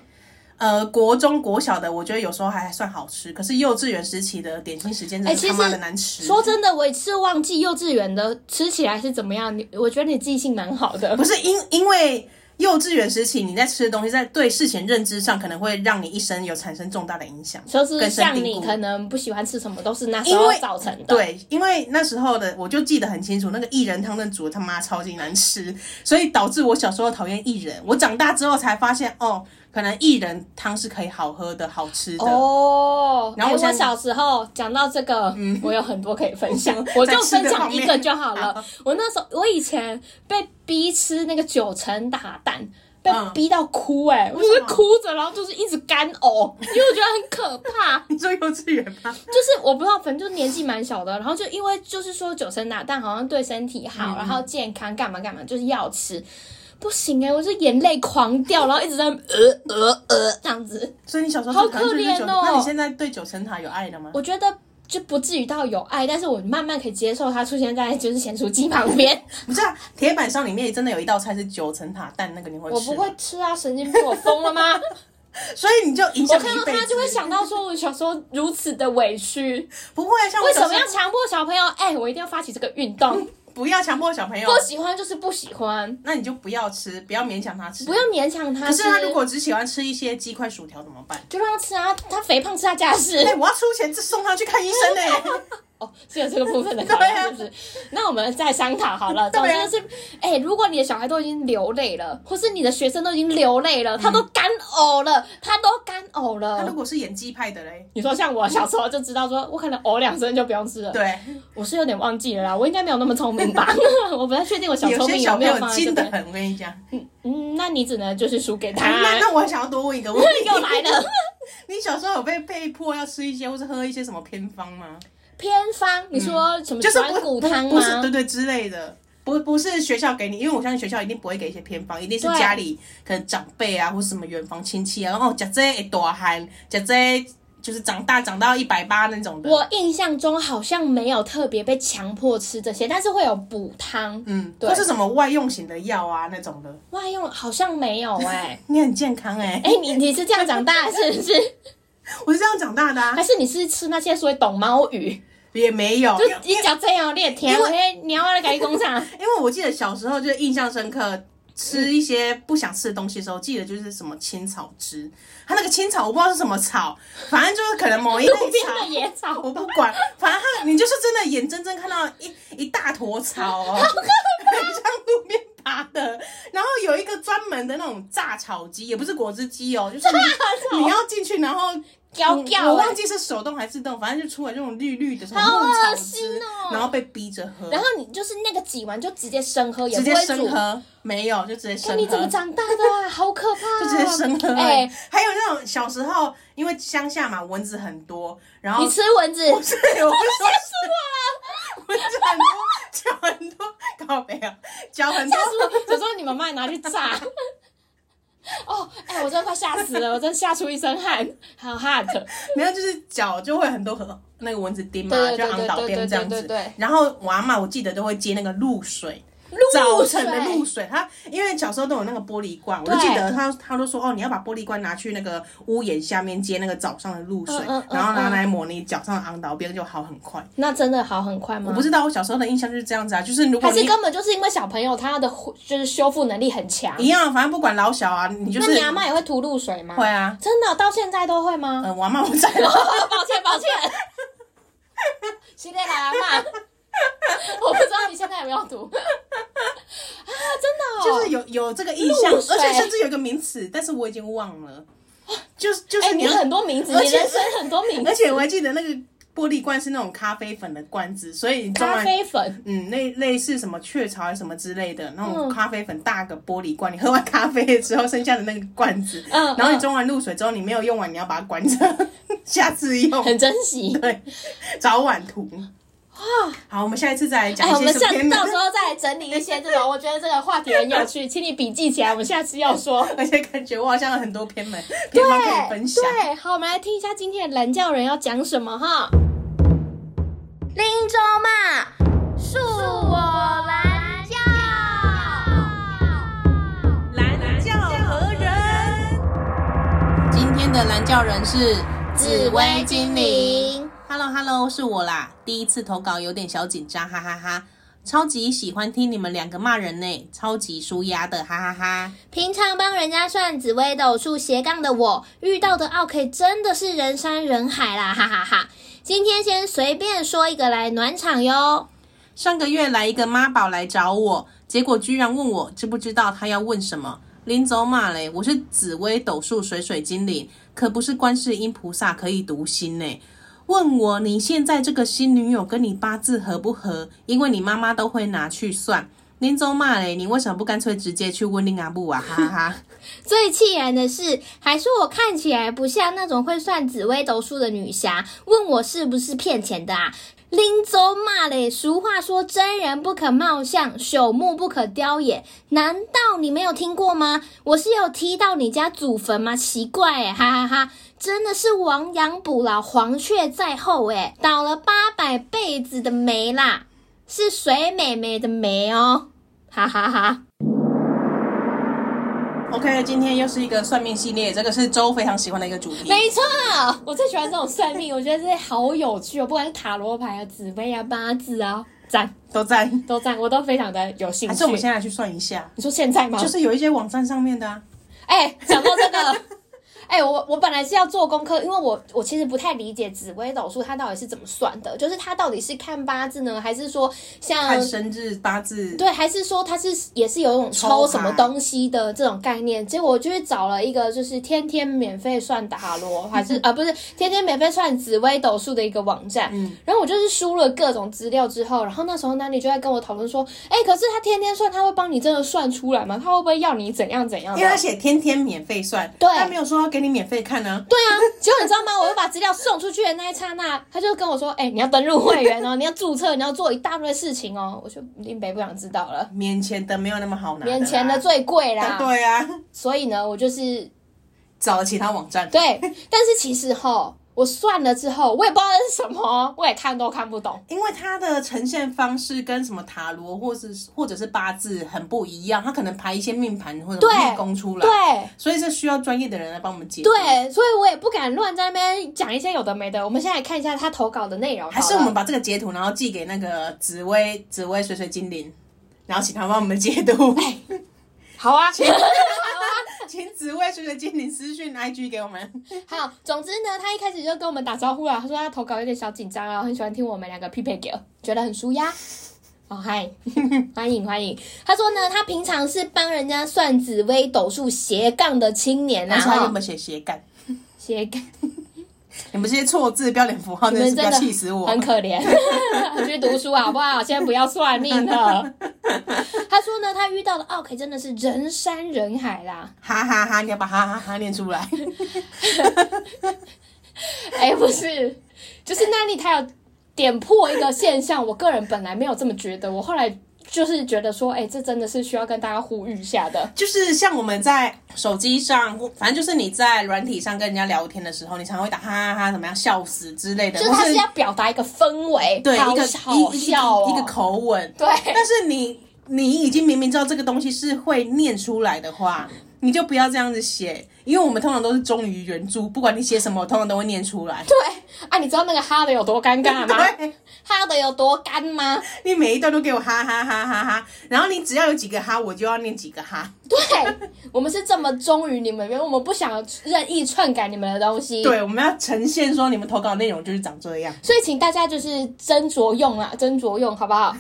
Speaker 2: 呃，国中、国小的，我觉得有时候还算好吃，可是幼稚园时期的点心时间
Speaker 1: 哎
Speaker 2: 真
Speaker 1: 其
Speaker 2: 是
Speaker 1: 实
Speaker 2: 他妈的难吃。
Speaker 1: 说真的，我也是忘记幼稚园的吃起来是怎么样。你我觉得你记性蛮好 的，
Speaker 2: 不是因因为幼稚园时期你在吃的东西，在对事情认知上可能会让你一生有产生重大的影响。
Speaker 1: 就是
Speaker 2: 根深
Speaker 1: 像
Speaker 2: 蒂
Speaker 1: 你
Speaker 2: 固
Speaker 1: 可能不喜欢吃什么，都是那时
Speaker 2: 因
Speaker 1: 候
Speaker 2: 为
Speaker 1: 造成的。
Speaker 2: 对，因为那时候的我就记得很清楚，那个薏仁汤那煮的他妈超级难吃，所以导致我小时候讨厌薏仁。我长大之后才发现，哦，可能薏仁汤是可以好喝的、好吃的。
Speaker 1: 哦，
Speaker 2: 然后我
Speaker 1: 哎我
Speaker 2: 现在嗯
Speaker 1: 小时候讲到这个，我有很多可以 分享，我就分享一个就好了。我那时候，我以前被逼吃那个九层塔蛋，被
Speaker 2: 嗯
Speaker 1: 逼到哭、哎、我是哭着，然后就是一直干呕，因为我觉得很可怕。
Speaker 2: 你说幼稚园吗？
Speaker 1: 就是我不知道，反正就年纪蛮小的，然后就因为就是说九层塔蛋好像对身体好，然后健康干嘛干嘛，就是要吃。不行哎、我就眼泪狂掉，然后一直在呃呃呃这样子。
Speaker 2: 所以你小时候
Speaker 1: 好
Speaker 2: 可能
Speaker 1: 可
Speaker 2: 就对
Speaker 1: 怜
Speaker 2: 九，
Speaker 1: 哦
Speaker 2: 那你现在对九层塔有爱了吗？
Speaker 1: 我觉得就不至于到有爱，但是我慢慢可以接受它出现在就是咸酥鸡旁边。
Speaker 2: 不是啊，铁板烧里面真的有一道菜是九层塔蛋，那个你会
Speaker 1: 我
Speaker 2: 吃
Speaker 1: 不
Speaker 2: 吗？
Speaker 1: 会吃啊，神经病，我疯了吗？
Speaker 2: 所以你就影
Speaker 1: 我
Speaker 2: 响你
Speaker 1: 看到
Speaker 2: 一辈
Speaker 1: 他
Speaker 2: 子。
Speaker 1: 就会想到说，我小时候如此的委屈，
Speaker 2: 不会啊，像我
Speaker 1: 为
Speaker 2: 小
Speaker 1: 什
Speaker 2: 时候
Speaker 1: 么要强迫小朋友？哎、我一定要发起这个运 动，
Speaker 2: 不要强迫小朋友
Speaker 1: 不？喜欢就是不喜欢，
Speaker 2: 那你就不要吃，不要勉强他吃。
Speaker 1: 不要勉强他
Speaker 2: 可
Speaker 1: 吃。
Speaker 2: 是他如果只喜欢吃一些鸡块、薯条怎么办？
Speaker 1: 就让他吃啊，他肥胖是他家 的事。
Speaker 2: 哎、我要出钱送他去看医生呢、
Speaker 1: 哦，是有这个部分的 考
Speaker 2: 对
Speaker 1: 量，
Speaker 2: 啊
Speaker 1: 是不是？那我们再商讨好了。
Speaker 2: 对
Speaker 1: 总之
Speaker 2: 啊
Speaker 1: 就是，哎、如果你的小孩都已经流泪了，或是你的学生都已经流泪了，他都干呕了，他都干呕
Speaker 2: 嗯他如
Speaker 1: 了。
Speaker 2: 果是演技派的嘞，
Speaker 1: 你说像我小时候就知道说， 我可能呕两声就不用吃了。
Speaker 2: 对，
Speaker 1: 我是有点忘记了啦，我应该没有那么聪 明吧？我不太确定我小
Speaker 2: 有
Speaker 1: 聪
Speaker 2: 些
Speaker 1: 明
Speaker 2: 小
Speaker 1: 没
Speaker 2: 朋友
Speaker 1: 有放在这
Speaker 2: 精的
Speaker 1: 边。
Speaker 2: 很，我跟你讲。
Speaker 1: 嗯，那你只能就是输给 他。
Speaker 2: 那那我还想要多问一 个问题，
Speaker 1: 又来 了，
Speaker 2: 你小时候有被被迫要吃一些或是喝一些什么偏方吗？
Speaker 1: 偏方，你说什么
Speaker 2: 嗯就是
Speaker 1: 转
Speaker 2: 不
Speaker 1: 骨
Speaker 2: 不
Speaker 1: 汤
Speaker 2: 不是
Speaker 1: 吗
Speaker 2: 对？对之类的，不不是学校给你，因为我相信学校一定不会给一些偏方，一定是
Speaker 1: 对
Speaker 2: 家里可能长辈啊，或是什么远房亲戚啊，然后讲这会大汉，讲这就是长大长到一百八那种的。
Speaker 1: 我印象中好像没有特别被强迫吃这些，但是会有补汤。
Speaker 2: 嗯，
Speaker 1: 对
Speaker 2: 或是什么外用型的药啊那种的，
Speaker 1: 外用好像没有 哎、
Speaker 2: 你很健康哎、
Speaker 1: 哎、你你是这样长大的 是不是？
Speaker 2: 我是这样长大的啊
Speaker 1: 还，是你是吃那些所谓懂猫鱼？
Speaker 2: 也没哦有，
Speaker 1: 就
Speaker 2: 因为
Speaker 1: 你讲这样，你也甜，
Speaker 2: 因为
Speaker 1: 嘿，你要来改 工厂。
Speaker 2: 因为我记得小时候就是印象深刻，吃一些不想吃的东西的时候，记得就是什么青草汁，它那个青草我不知道是什么草，反正就是可能某一类
Speaker 1: 路边的
Speaker 2: 草。
Speaker 1: 野草，
Speaker 2: 我不管，反正它你就是真的眼睁睁看到一一大坨草 哦，很像路边爬的。然后有一个专门的那种榨草机，也不是果汁机哦， 就是你 你要进去，然后
Speaker 1: 屌
Speaker 2: 我
Speaker 1: 屌、
Speaker 2: 忘
Speaker 1: 欸。
Speaker 2: 记是手动还是自动，反正就出来这种绿绿的什么
Speaker 1: 好
Speaker 2: 木草
Speaker 1: 恶
Speaker 2: 汁
Speaker 1: 心，哦
Speaker 2: 然后被逼着喝，
Speaker 1: 然后你就是那个挤完就直接生喝，也
Speaker 2: 直
Speaker 1: 不
Speaker 2: 接
Speaker 1: 会
Speaker 2: 生
Speaker 1: 煮。
Speaker 2: 喝，没有就直接生
Speaker 1: 哎，
Speaker 2: 喝，
Speaker 1: 你怎么长大的啊？好可怕、啊！
Speaker 2: 就直接生喝、哎、
Speaker 1: 哎、
Speaker 2: 还有那种小时候，因为乡下嘛，蚊子很多，然后
Speaker 1: 你吃蚊子，
Speaker 2: 不是我不是蚊子很多，脚很多，告白啊，脚很多
Speaker 1: 吓。死我！有时候你们妈拿去炸。 哦，哎、我真的快吓死了，我真的吓出一身汗，好 hot。
Speaker 2: 没有，就是脚就会很多很那个蚊子叮嘛，
Speaker 1: 对
Speaker 2: 就
Speaker 1: 对
Speaker 2: 昂
Speaker 1: 对
Speaker 2: 倒边这样
Speaker 1: 对
Speaker 2: 子
Speaker 1: 对对对。
Speaker 2: 然后我阿妈我记得都会接那个露水，
Speaker 1: 露
Speaker 2: 早
Speaker 1: 水
Speaker 2: 晨的露水，她因为小时候都有那个玻璃罐，我就
Speaker 1: 对
Speaker 2: 记得她她都说哦，你要把玻璃罐拿去那个屋檐下面接那个早上的露水
Speaker 1: 嗯嗯嗯，
Speaker 2: 然后拿
Speaker 1: 嗯
Speaker 2: 来抹你脚上的昂倒边就好很快。
Speaker 1: 那真的好很快吗？
Speaker 2: 我不知道，我小时候的印象就是这样子啊，就是如果
Speaker 1: 嗯还是
Speaker 2: 你
Speaker 1: 根本就是因为小朋友他的就是修复能力很强。
Speaker 2: 一样，反正不管老小啊，你就
Speaker 1: 那
Speaker 2: 是
Speaker 1: 你阿妈也会涂露水吗？
Speaker 2: 会。啊，
Speaker 1: 真的到现在都会吗？ 哦
Speaker 2: 呃，我阿妈不在了。
Speaker 1: 抱歉抱歉，现在来阿妈， 我不知道你现在有没有涂啊？真的、哦，
Speaker 2: 就是有有这个印象，
Speaker 1: 露水
Speaker 2: 而且甚至有一个名词，但是我已经忘了，就是就
Speaker 1: 哎、
Speaker 2: 是
Speaker 1: 你
Speaker 2: 要
Speaker 1: 很多名字，
Speaker 2: 而
Speaker 1: 你
Speaker 2: 且
Speaker 1: 人生很多名字
Speaker 2: 而，且我还记得那个玻璃罐是那种咖啡粉的罐子，所以你装
Speaker 1: 咖
Speaker 2: 完
Speaker 1: 啡粉。
Speaker 2: 嗯类类似什么雀巢还是什么之类的那种
Speaker 1: 嗯
Speaker 2: 咖啡粉大个玻璃罐，你喝完咖啡之后剩下的那个罐子，
Speaker 1: 嗯
Speaker 2: 然后你
Speaker 1: 嗯
Speaker 2: 装完露水之后你没有用完，你要把它关着， 下次用，
Speaker 1: 很珍惜。
Speaker 2: 对，早晚涂。好，我们下一次再来 讲
Speaker 1: 哎，我
Speaker 2: 一些
Speaker 1: 们下
Speaker 2: 什么
Speaker 1: 到时候再来整理一些这种，我觉得这个话题很有趣，请你笔记起来，我们下次要 说。
Speaker 2: 而且感觉我好像有很多偏门
Speaker 1: 对
Speaker 2: 偏方可以分享。
Speaker 1: 对，好，我们来听一下今天的蓝教人要讲什么哈。林州嘛，恕我蓝教。
Speaker 2: 蓝教何人？今天的蓝教人是
Speaker 1: 灵，
Speaker 2: Hello Hello，是我啦。第一次投稿有点小紧张，哈哈哈超级喜欢听你们两个骂人呢，超级舒压的，哈哈哈。
Speaker 1: 平常帮人家算紫微斗数斜杠的我，遇到的 OK 真的是人山人海啦，哈哈哈！今天先随便说一个来暖场哟。
Speaker 2: 上个月来一个妈宝来找我，结果居然问我知不知道他要问什么。临走马嘞，我是紫薇斗数水水精灵，可不是观世音菩萨可以读心呢。问我你现在这个新女友跟你八字合不合？因为你妈妈都会拿去算。临走骂嘞，你为什么不干脆直接去问令阿布啊？哈哈哈。
Speaker 1: 最气人的是，还说我看起来不像那种会算紫微斗数的女侠，问我是不是骗钱的啊？林州骂嘞，俗话说真人不可貌相，朽木不可雕也。难道你没有听过吗？我是有踢到你家祖坟吗？奇怪哎、哈哈哈！真的是亡羊补牢，黄雀在后哎、倒了八百辈子的霉啦，是水美美的霉哦，哈哈哈！
Speaker 2: OK，今天又是一个算命系列，这个是周非常喜欢的一个主题。
Speaker 1: 没错，我最喜欢这种算命，我觉得这些好有趣哦，不管是塔罗牌啊、紫薇啊、八字啊，赞
Speaker 2: 都在，
Speaker 1: 都赞，我都非常的有兴
Speaker 2: 还
Speaker 1: 趣。
Speaker 2: 是我们现在来去算一下，
Speaker 1: 你说现在吗？
Speaker 2: 就是有一些网站上面的、啊，
Speaker 1: 哎、讲到这个，哎、我我本来是要做功课，因为我我其实不太理解紫微斗数它到底是怎么算的，就是它到底是看八字呢，还是说像
Speaker 2: 看生日八字，
Speaker 1: 对，还是说它是也是有一种抽
Speaker 2: 抽
Speaker 1: 什么
Speaker 2: 卡
Speaker 1: 东西的这种概念？结果我就去找了一个，就是天天免费算塔罗，还
Speaker 2: 嗯
Speaker 1: 是啊不是天天免费算紫微斗数的一个网站。
Speaker 2: 嗯
Speaker 1: 然后我就是输了各种资料之后，然后那时候那里就在跟我讨论说，哎、可是他天天算，他会帮你真的算出来吗？他会不会要你怎样怎样
Speaker 2: 因为他
Speaker 1: 的？
Speaker 2: 写天天免费算，
Speaker 1: 对
Speaker 2: 他没有说要给你免费看呢、
Speaker 1: 对啊， 结果你知道吗？我又把资料送出去的那一刹那，他就跟我说：“哎、你要登录会员哦，你要注册，你要做一大堆事情哦。”我就林北不想知道了
Speaker 2: 啊，，免钱的没有那么好拿，
Speaker 1: 免钱的，最贵啦。
Speaker 2: 对啊，
Speaker 1: 所以呢，我就是
Speaker 2: 找了其他网站，
Speaker 1: 对， 但是其实哈，我算了之后，我也不知道那是什么，我也看都看不懂。
Speaker 2: 因为它的呈现方式跟什么塔罗或是或者是八字很不一样，它可能排一些命盘或者
Speaker 1: 对
Speaker 2: 命宫出来，
Speaker 1: 对
Speaker 2: 所以是需要专业的人来帮我们解。，
Speaker 1: 对，所以我也不敢乱在那边讲一些有的没的。我们先来看一下他投稿的内容好了，
Speaker 2: 还是我们把这个截图，然后寄给那个紫薇紫薇水水精灵，然后请他帮我们解 读。
Speaker 1: 好 啊。
Speaker 2: 请紫薇水水精灵私讯 IG 给我们。
Speaker 1: 好，总之呢，他一开始就跟我们打招呼了。他说他投稿有点小紧张啊，很喜欢听我们两个匹配给，觉得很舒压。哦嗨， 欢迎欢迎。他说呢，他平常是帮人家算紫微斗数斜杠的青年啊，
Speaker 2: 然后他有
Speaker 1: 哦
Speaker 2: 没有写斜杠？
Speaker 1: 斜杠。
Speaker 2: 你们这些错字、标点符号，
Speaker 1: 你
Speaker 2: 真的是
Speaker 1: 们
Speaker 2: 不
Speaker 1: 真
Speaker 2: 要
Speaker 1: 的
Speaker 2: 气死我！
Speaker 1: 很可怜， 去读书好不好？先不要算命 了。他说呢，他遇到的奥 K 真的是人山人海啦。
Speaker 2: 哈哈哈！你要把哈哈哈念出来。
Speaker 1: 哎、不是，就是那里他有点破一个现象，我个人本来没有这么觉得，我后来就是觉得说，哎、这真的是需要跟大家呼吁一下的。
Speaker 2: 就是像我们在手机上，或反正就是你在软体上跟人家聊天的时候，你常会打哈哈哈，怎么样笑死之类的，
Speaker 1: 就是他
Speaker 2: 或
Speaker 1: 是要表达一个氛围，
Speaker 2: 对
Speaker 1: 好
Speaker 2: 一个
Speaker 1: 好
Speaker 2: 一一
Speaker 1: 笑哦，
Speaker 2: 一个口吻。
Speaker 1: 对
Speaker 2: 但是你你已经明明知道这个东西是会念出来的话，你就不要这样子写，因为我们通常都是忠于原著，不管你写什么，我通常都会念出来。
Speaker 1: 对啊，你知道那个哈的有多尴尬吗？
Speaker 2: 对，
Speaker 1: 哈的有多干吗？
Speaker 2: 你每一段都给我哈哈哈哈哈，然后你只要有几个哈，我就要念几个哈。
Speaker 1: 对，我们是这么忠于你们，因为我们不想任意篡改你们的东西。，
Speaker 2: 对，我们要呈现说你们投稿内容就是长这样。
Speaker 1: 所以请大家就是斟酌用啦，斟酌用好不 好？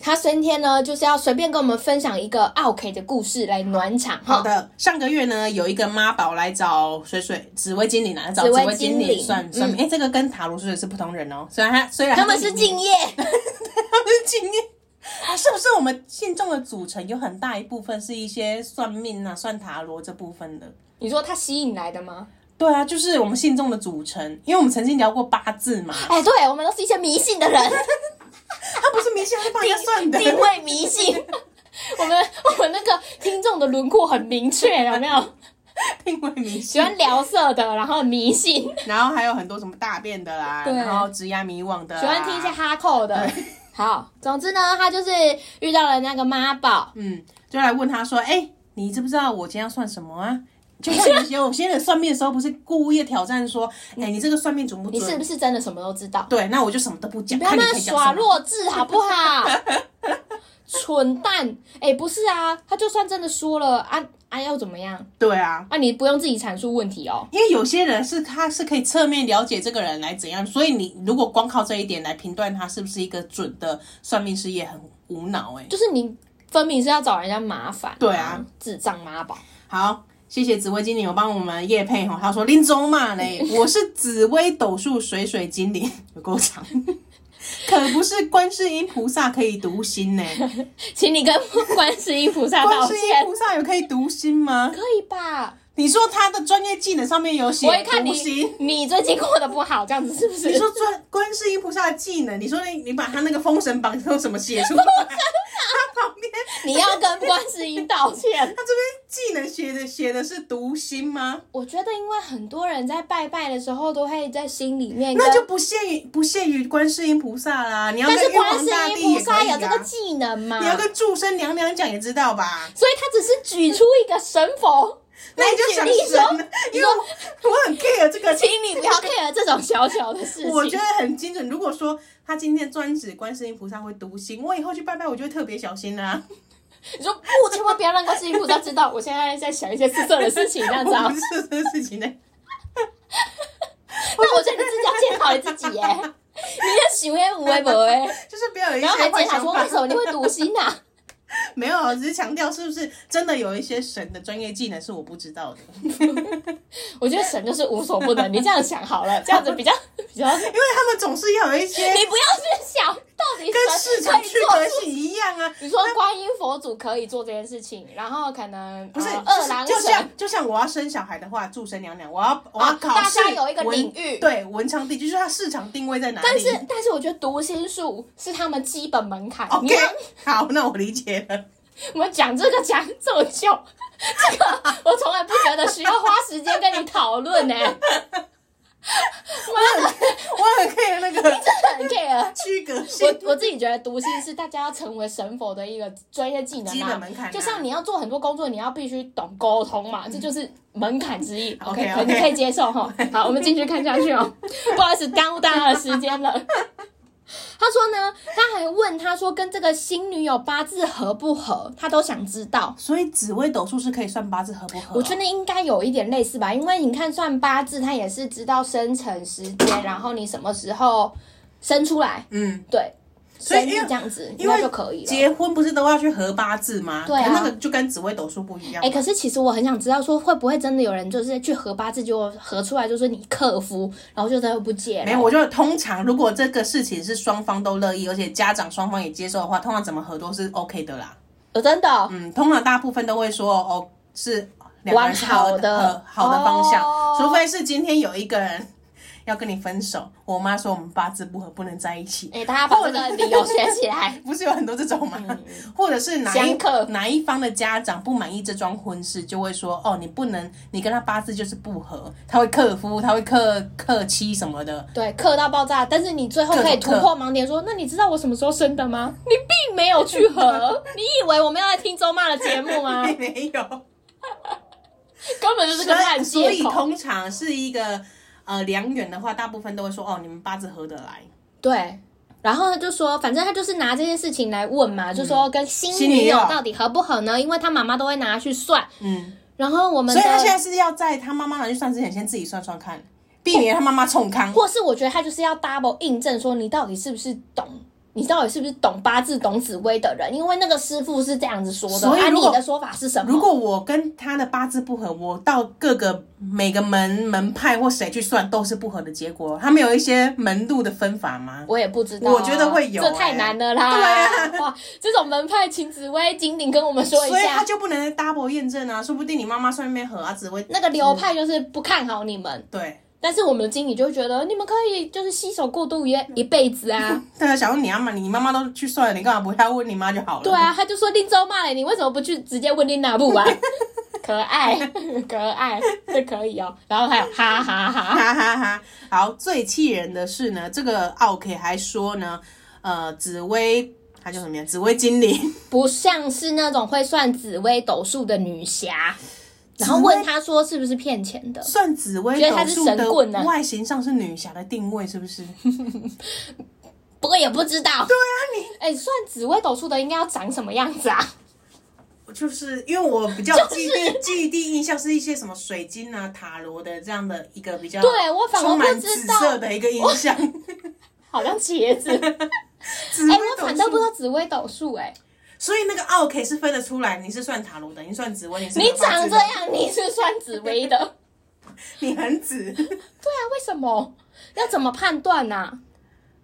Speaker 1: 他今天呢，就是要随便跟我们分享一个 OK 的故事来暖场
Speaker 2: 好
Speaker 1: 哈。
Speaker 2: 的，上个月呢，有一个妈宝来找水水紫薇精灵来找
Speaker 1: 紫
Speaker 2: 紫
Speaker 1: 薇
Speaker 2: 薇精
Speaker 1: 精灵
Speaker 2: 灵算算命，哎、这个跟塔罗水水是不同人哦。虽然他虽然
Speaker 1: 他们是
Speaker 2: 敬，
Speaker 1: 敬业，
Speaker 2: 他们是敬业，啊是不是我们信众的组成有很大一部分是一些算命啊、算塔罗这部分的？
Speaker 1: 你说他吸引来的吗？
Speaker 2: 对啊，就是我们信众的组成，因为我们曾经聊过八字嘛，
Speaker 1: 哎，对，我们都是一些迷信的人，
Speaker 2: 他不是迷信，他是帮人家算的。
Speaker 1: 定位迷信。 我们我们那个听众的轮廓很明确，有没有？
Speaker 2: 定位迷
Speaker 1: 喜
Speaker 2: 信，
Speaker 1: 欢聊色的，然后迷信，喜
Speaker 2: 然后还有很多什么大便的啦，
Speaker 1: 对
Speaker 2: 然后职压迷惘的、啊，
Speaker 1: 欢听一些哈扣的。好，总之呢，他就是遇到了那个妈宝，
Speaker 2: 嗯，就来问他说：“哎、你知不知道我今天要算什么啊？”就像有些人算命的时候，不是故意挑战说：“哎、你这个算命准不
Speaker 1: 你
Speaker 2: 准？”
Speaker 1: 是不是真的什么都知道？
Speaker 2: 对，那我就什么都不讲，
Speaker 1: 不要
Speaker 2: 看你
Speaker 1: 那
Speaker 2: 可以讲
Speaker 1: 耍
Speaker 2: 什么。
Speaker 1: 弱智好 不好？蠢蛋！哎、不是啊，他就算真的说了啊啊，要怎么样？
Speaker 2: 对啊，
Speaker 1: 啊，你不用自己阐述问题哦。
Speaker 2: 因为有些人是他是可以侧面了解这个人来怎样，所以你如果光靠这一点来评断他是不是一个准的算命师，也很无脑哎、
Speaker 1: 就是你分明是要找人家麻烦、
Speaker 2: 对啊，
Speaker 1: 智障妈宝。
Speaker 2: 好。谢谢紫薇精灵有帮我们叶配哈，他说林总嘛嘞，我是紫薇斗数水水精灵， 有够长，可不是观世音菩萨可以读心 呢、
Speaker 1: 请你跟观世音菩萨
Speaker 2: 观
Speaker 1: 道
Speaker 2: 世音
Speaker 1: 歉，
Speaker 2: 菩萨有可以读心吗？
Speaker 1: 可以吧？
Speaker 2: 你说他的专业技能上面有写
Speaker 1: 我一看你
Speaker 2: 无形，，
Speaker 1: 你最近过得不好，这样子是不
Speaker 2: 你
Speaker 1: 是？
Speaker 2: 说专观世音菩萨的技能，你说你你把他那个封神榜都怎么写出来？他旁边
Speaker 1: 你要跟观世音道歉。
Speaker 2: 他这边技能写的写的是读心吗？
Speaker 1: 我觉得，因为很多人在拜拜的时候都会在心里面跟，
Speaker 2: 那就不限于不限于观世音菩萨啦，你要
Speaker 1: 但是
Speaker 2: 跟玉
Speaker 1: 观
Speaker 2: 皇大
Speaker 1: 世
Speaker 2: 帝
Speaker 1: 音
Speaker 2: 也
Speaker 1: 菩
Speaker 2: 可
Speaker 1: 萨
Speaker 2: 以
Speaker 1: 有这个
Speaker 2: 啊，
Speaker 1: 技嗯能嘛？
Speaker 2: 你要跟祝生娘娘讲也知道吧？
Speaker 1: 所以他只是举出一个神佛
Speaker 2: 那
Speaker 1: 来
Speaker 2: 你就
Speaker 1: 举
Speaker 2: 想
Speaker 1: 例说，
Speaker 2: 神，因为我我很 care 这个，
Speaker 1: 请你不要 care 这种小小的事情。
Speaker 2: 我觉得很精准。如果说他今天专指观世音菩萨会读心，我以后去拜拜我就会特别小心啦、
Speaker 1: 你说不，千万不要让观世音菩萨知道，我现在在想一些色色的事情，这样 子
Speaker 2: 我
Speaker 1: 啊
Speaker 2: 不。是这个事情呢、
Speaker 1: 那我觉得你自己要检讨你自己耶，你的行为无微不微，
Speaker 2: 就是不要有一
Speaker 1: 然后
Speaker 2: 些
Speaker 1: 还
Speaker 2: 坏
Speaker 1: 检讨
Speaker 2: 想
Speaker 1: 说
Speaker 2: 法
Speaker 1: 为。什么你会读心呐、
Speaker 2: 没有，只是强调是不是真的有一些神的专业技能是我不知道的，
Speaker 1: 我觉得神就是无所不能，你这样想好了，这样子比较比较，
Speaker 2: 因为他们总是要有一些
Speaker 1: 你不要去想到底
Speaker 2: 跟市
Speaker 1: 神
Speaker 2: 场
Speaker 1: 可以
Speaker 2: 区
Speaker 1: 做
Speaker 2: 隔
Speaker 1: 出。
Speaker 2: 性一样啊。
Speaker 1: 你说观音佛祖可以做这件事情，然后可能
Speaker 2: 不是，
Speaker 1: 呃
Speaker 2: 就
Speaker 1: 二
Speaker 2: 是
Speaker 1: 郎
Speaker 2: 就
Speaker 1: 神
Speaker 2: 像就像我要生小孩的话，祝生娘娘，我要我要
Speaker 1: 啊，
Speaker 2: 考
Speaker 1: 大
Speaker 2: 试
Speaker 1: 家有一个
Speaker 2: 文
Speaker 1: 领域，
Speaker 2: 对文昌帝君，就是它市场定位在哪里？
Speaker 1: 但是但是我觉得读心术是他们基本门槛。你
Speaker 2: 哦 OK，
Speaker 1: 要
Speaker 2: 好，那我理解了。
Speaker 1: 我们讲这个讲这么久， 这个我从来不觉得需要花时间跟你讨论 欸呢、妈的，
Speaker 2: 我很 care 那个
Speaker 1: 真的很 care。
Speaker 2: 区隔性，
Speaker 1: 我我自己觉得读心是大家要成为神佛的一个专业技能
Speaker 2: 基本
Speaker 1: 啊，
Speaker 2: 门槛啊、嗯
Speaker 1: 就像你要做很多工作，你要必须懂沟通嘛，这就是门槛之 一。
Speaker 2: OK，
Speaker 1: 可
Speaker 2: OK
Speaker 1: 能可以接 受哈。好，我们继续看下去哦。不好意思，耽误大家的时间了。 他说呢，他还问他说跟这个新女友八字合不合，他都想知道。
Speaker 2: 所以紫微斗数是可以算八字合不合、啊
Speaker 1: 我觉得应该有一点类似吧，因为你看算八字，它也是知道生辰时间，然后你什么时候生出来，
Speaker 2: 嗯，
Speaker 1: 对，
Speaker 2: 所以
Speaker 1: 生日
Speaker 2: 因为
Speaker 1: 这样子
Speaker 2: 因为
Speaker 1: 应该就可以了。
Speaker 2: 结婚不是都要去合八字吗？
Speaker 1: 对啊
Speaker 2: 可那个就跟紫微斗数不一样。
Speaker 1: 哎、可是其实我很想知道，说会不会真的有人就是去合八字，结果合出来就是你克夫，然后就真的不结
Speaker 2: 没有，
Speaker 1: 了。
Speaker 2: 我觉得通常如果这个事情是双方都乐意，而且家长双方也接受的话，通常怎么合都是 OK 的啦。
Speaker 1: 有真的哦
Speaker 2: 嗯，通常大部分都会说哦，是两个人是好
Speaker 1: 往好的
Speaker 2: 呃好的方向，
Speaker 1: 哦
Speaker 2: 除非是今天有一个人要跟你分手，我妈说我们八字不合，不能在一起，
Speaker 1: 哎、大家把这个理由学 起来。
Speaker 2: 不是有很多这种吗？或者是哪一
Speaker 1: 相克
Speaker 2: 哪一方的家长不满意这桩婚事，就会说哦，你不能，你跟他八字就是不合，他会克夫，他会克克妻什么的。
Speaker 1: 对，克到爆炸，但是你最后可
Speaker 2: 各
Speaker 1: 以突
Speaker 2: 种克
Speaker 1: 破盲点说，那你知道我什么时候生的吗？你并没有 去合，你以为我们要来听周妈的节目吗？
Speaker 2: 没有，
Speaker 1: 根本就是个烂
Speaker 2: 所以
Speaker 1: 借口。
Speaker 2: 通常是一个呃良缘的话，大部分都会说哦，你们八字合得来。
Speaker 1: 对，然后他就说，反正他就是拿这件事情来问嘛，就说跟新
Speaker 2: 嗯新
Speaker 1: 女
Speaker 2: 女
Speaker 1: 友
Speaker 2: 友
Speaker 1: 到底合不合呢？因为他妈妈都会拿去算，
Speaker 2: 嗯，
Speaker 1: 然后我们
Speaker 2: 所以他现
Speaker 1: 的。
Speaker 2: 在是要在他妈妈拿去算之前，先自己算算看，避免他妈妈冲康。
Speaker 1: 或是我觉得他就是要 double 印证说你到底是不是懂，你到底是不是懂八字、懂紫微的人？因为那个师傅是这样子说的，
Speaker 2: 所以
Speaker 1: 啊，
Speaker 2: 如
Speaker 1: 你
Speaker 2: 果
Speaker 1: 的说法是什么？
Speaker 2: 如果我跟他的八字不合，我到各个每个门门派或谁去算都是不合的结果。他们有一些门路的分法吗？
Speaker 1: 我也不知道啊、
Speaker 2: 我觉得会有欸
Speaker 1: 这太难了啦！
Speaker 2: 对啊
Speaker 1: 哇，这种门派，请紫薇金鼎跟我们说一
Speaker 2: 所以他
Speaker 1: 下，
Speaker 2: 就不能 double 验证啊，说不定你妈妈算面合啊，只会
Speaker 1: 那个流派就是不看好你们，
Speaker 2: 对。
Speaker 1: 但是我们的经理就觉得你们可以就是携手过渡一一辈子 啊，
Speaker 2: 对啊，想问你啊嘛，你妈妈都去算了，你干嘛不要问你妈就好了？
Speaker 1: 对啊，他就说令州骂了你，为什么不去直接问令娜布啊？ 可爱， 可爱，这可以哦。然后还有哈哈哈，
Speaker 2: 哈哈哈！好，最气人的是呢，这个奥 K 还说呢，呃，紫薇，她叫什么呀？紫薇精灵，
Speaker 1: 不像是那种会算紫微斗数的女侠。然后问他说是不是骗钱的？
Speaker 2: 算紫薇
Speaker 1: 觉得她
Speaker 2: 斗
Speaker 1: 是
Speaker 2: 数
Speaker 1: 神棍啊
Speaker 2: 的外形上是女侠的定位，是不是？
Speaker 1: 不过也不知道。对啊，你哎，算紫微斗数的应该要长什么样子 啊？
Speaker 2: 就是因为我比较记忆记忆印象是一些什么水晶啊、塔罗的这样的一个比较，
Speaker 1: 对我反而
Speaker 2: 充满
Speaker 1: 不知
Speaker 2: 紫
Speaker 1: 道
Speaker 2: 色的一个印象。
Speaker 1: 好像茄子。哎，
Speaker 2: 紫薇
Speaker 1: 我
Speaker 2: 斗
Speaker 1: 反倒不知
Speaker 2: 数，
Speaker 1: 道紫微斗数哎。
Speaker 2: 所以那个奥 K 是分得出来，你是算塔罗的，你算紫薇，你是
Speaker 1: 你
Speaker 2: 八
Speaker 1: 长
Speaker 2: 字
Speaker 1: 这
Speaker 2: 的，
Speaker 1: 样，你是算紫 微的？对
Speaker 2: 你很紫。
Speaker 1: 啊，为什么？要怎么判断呢、啊？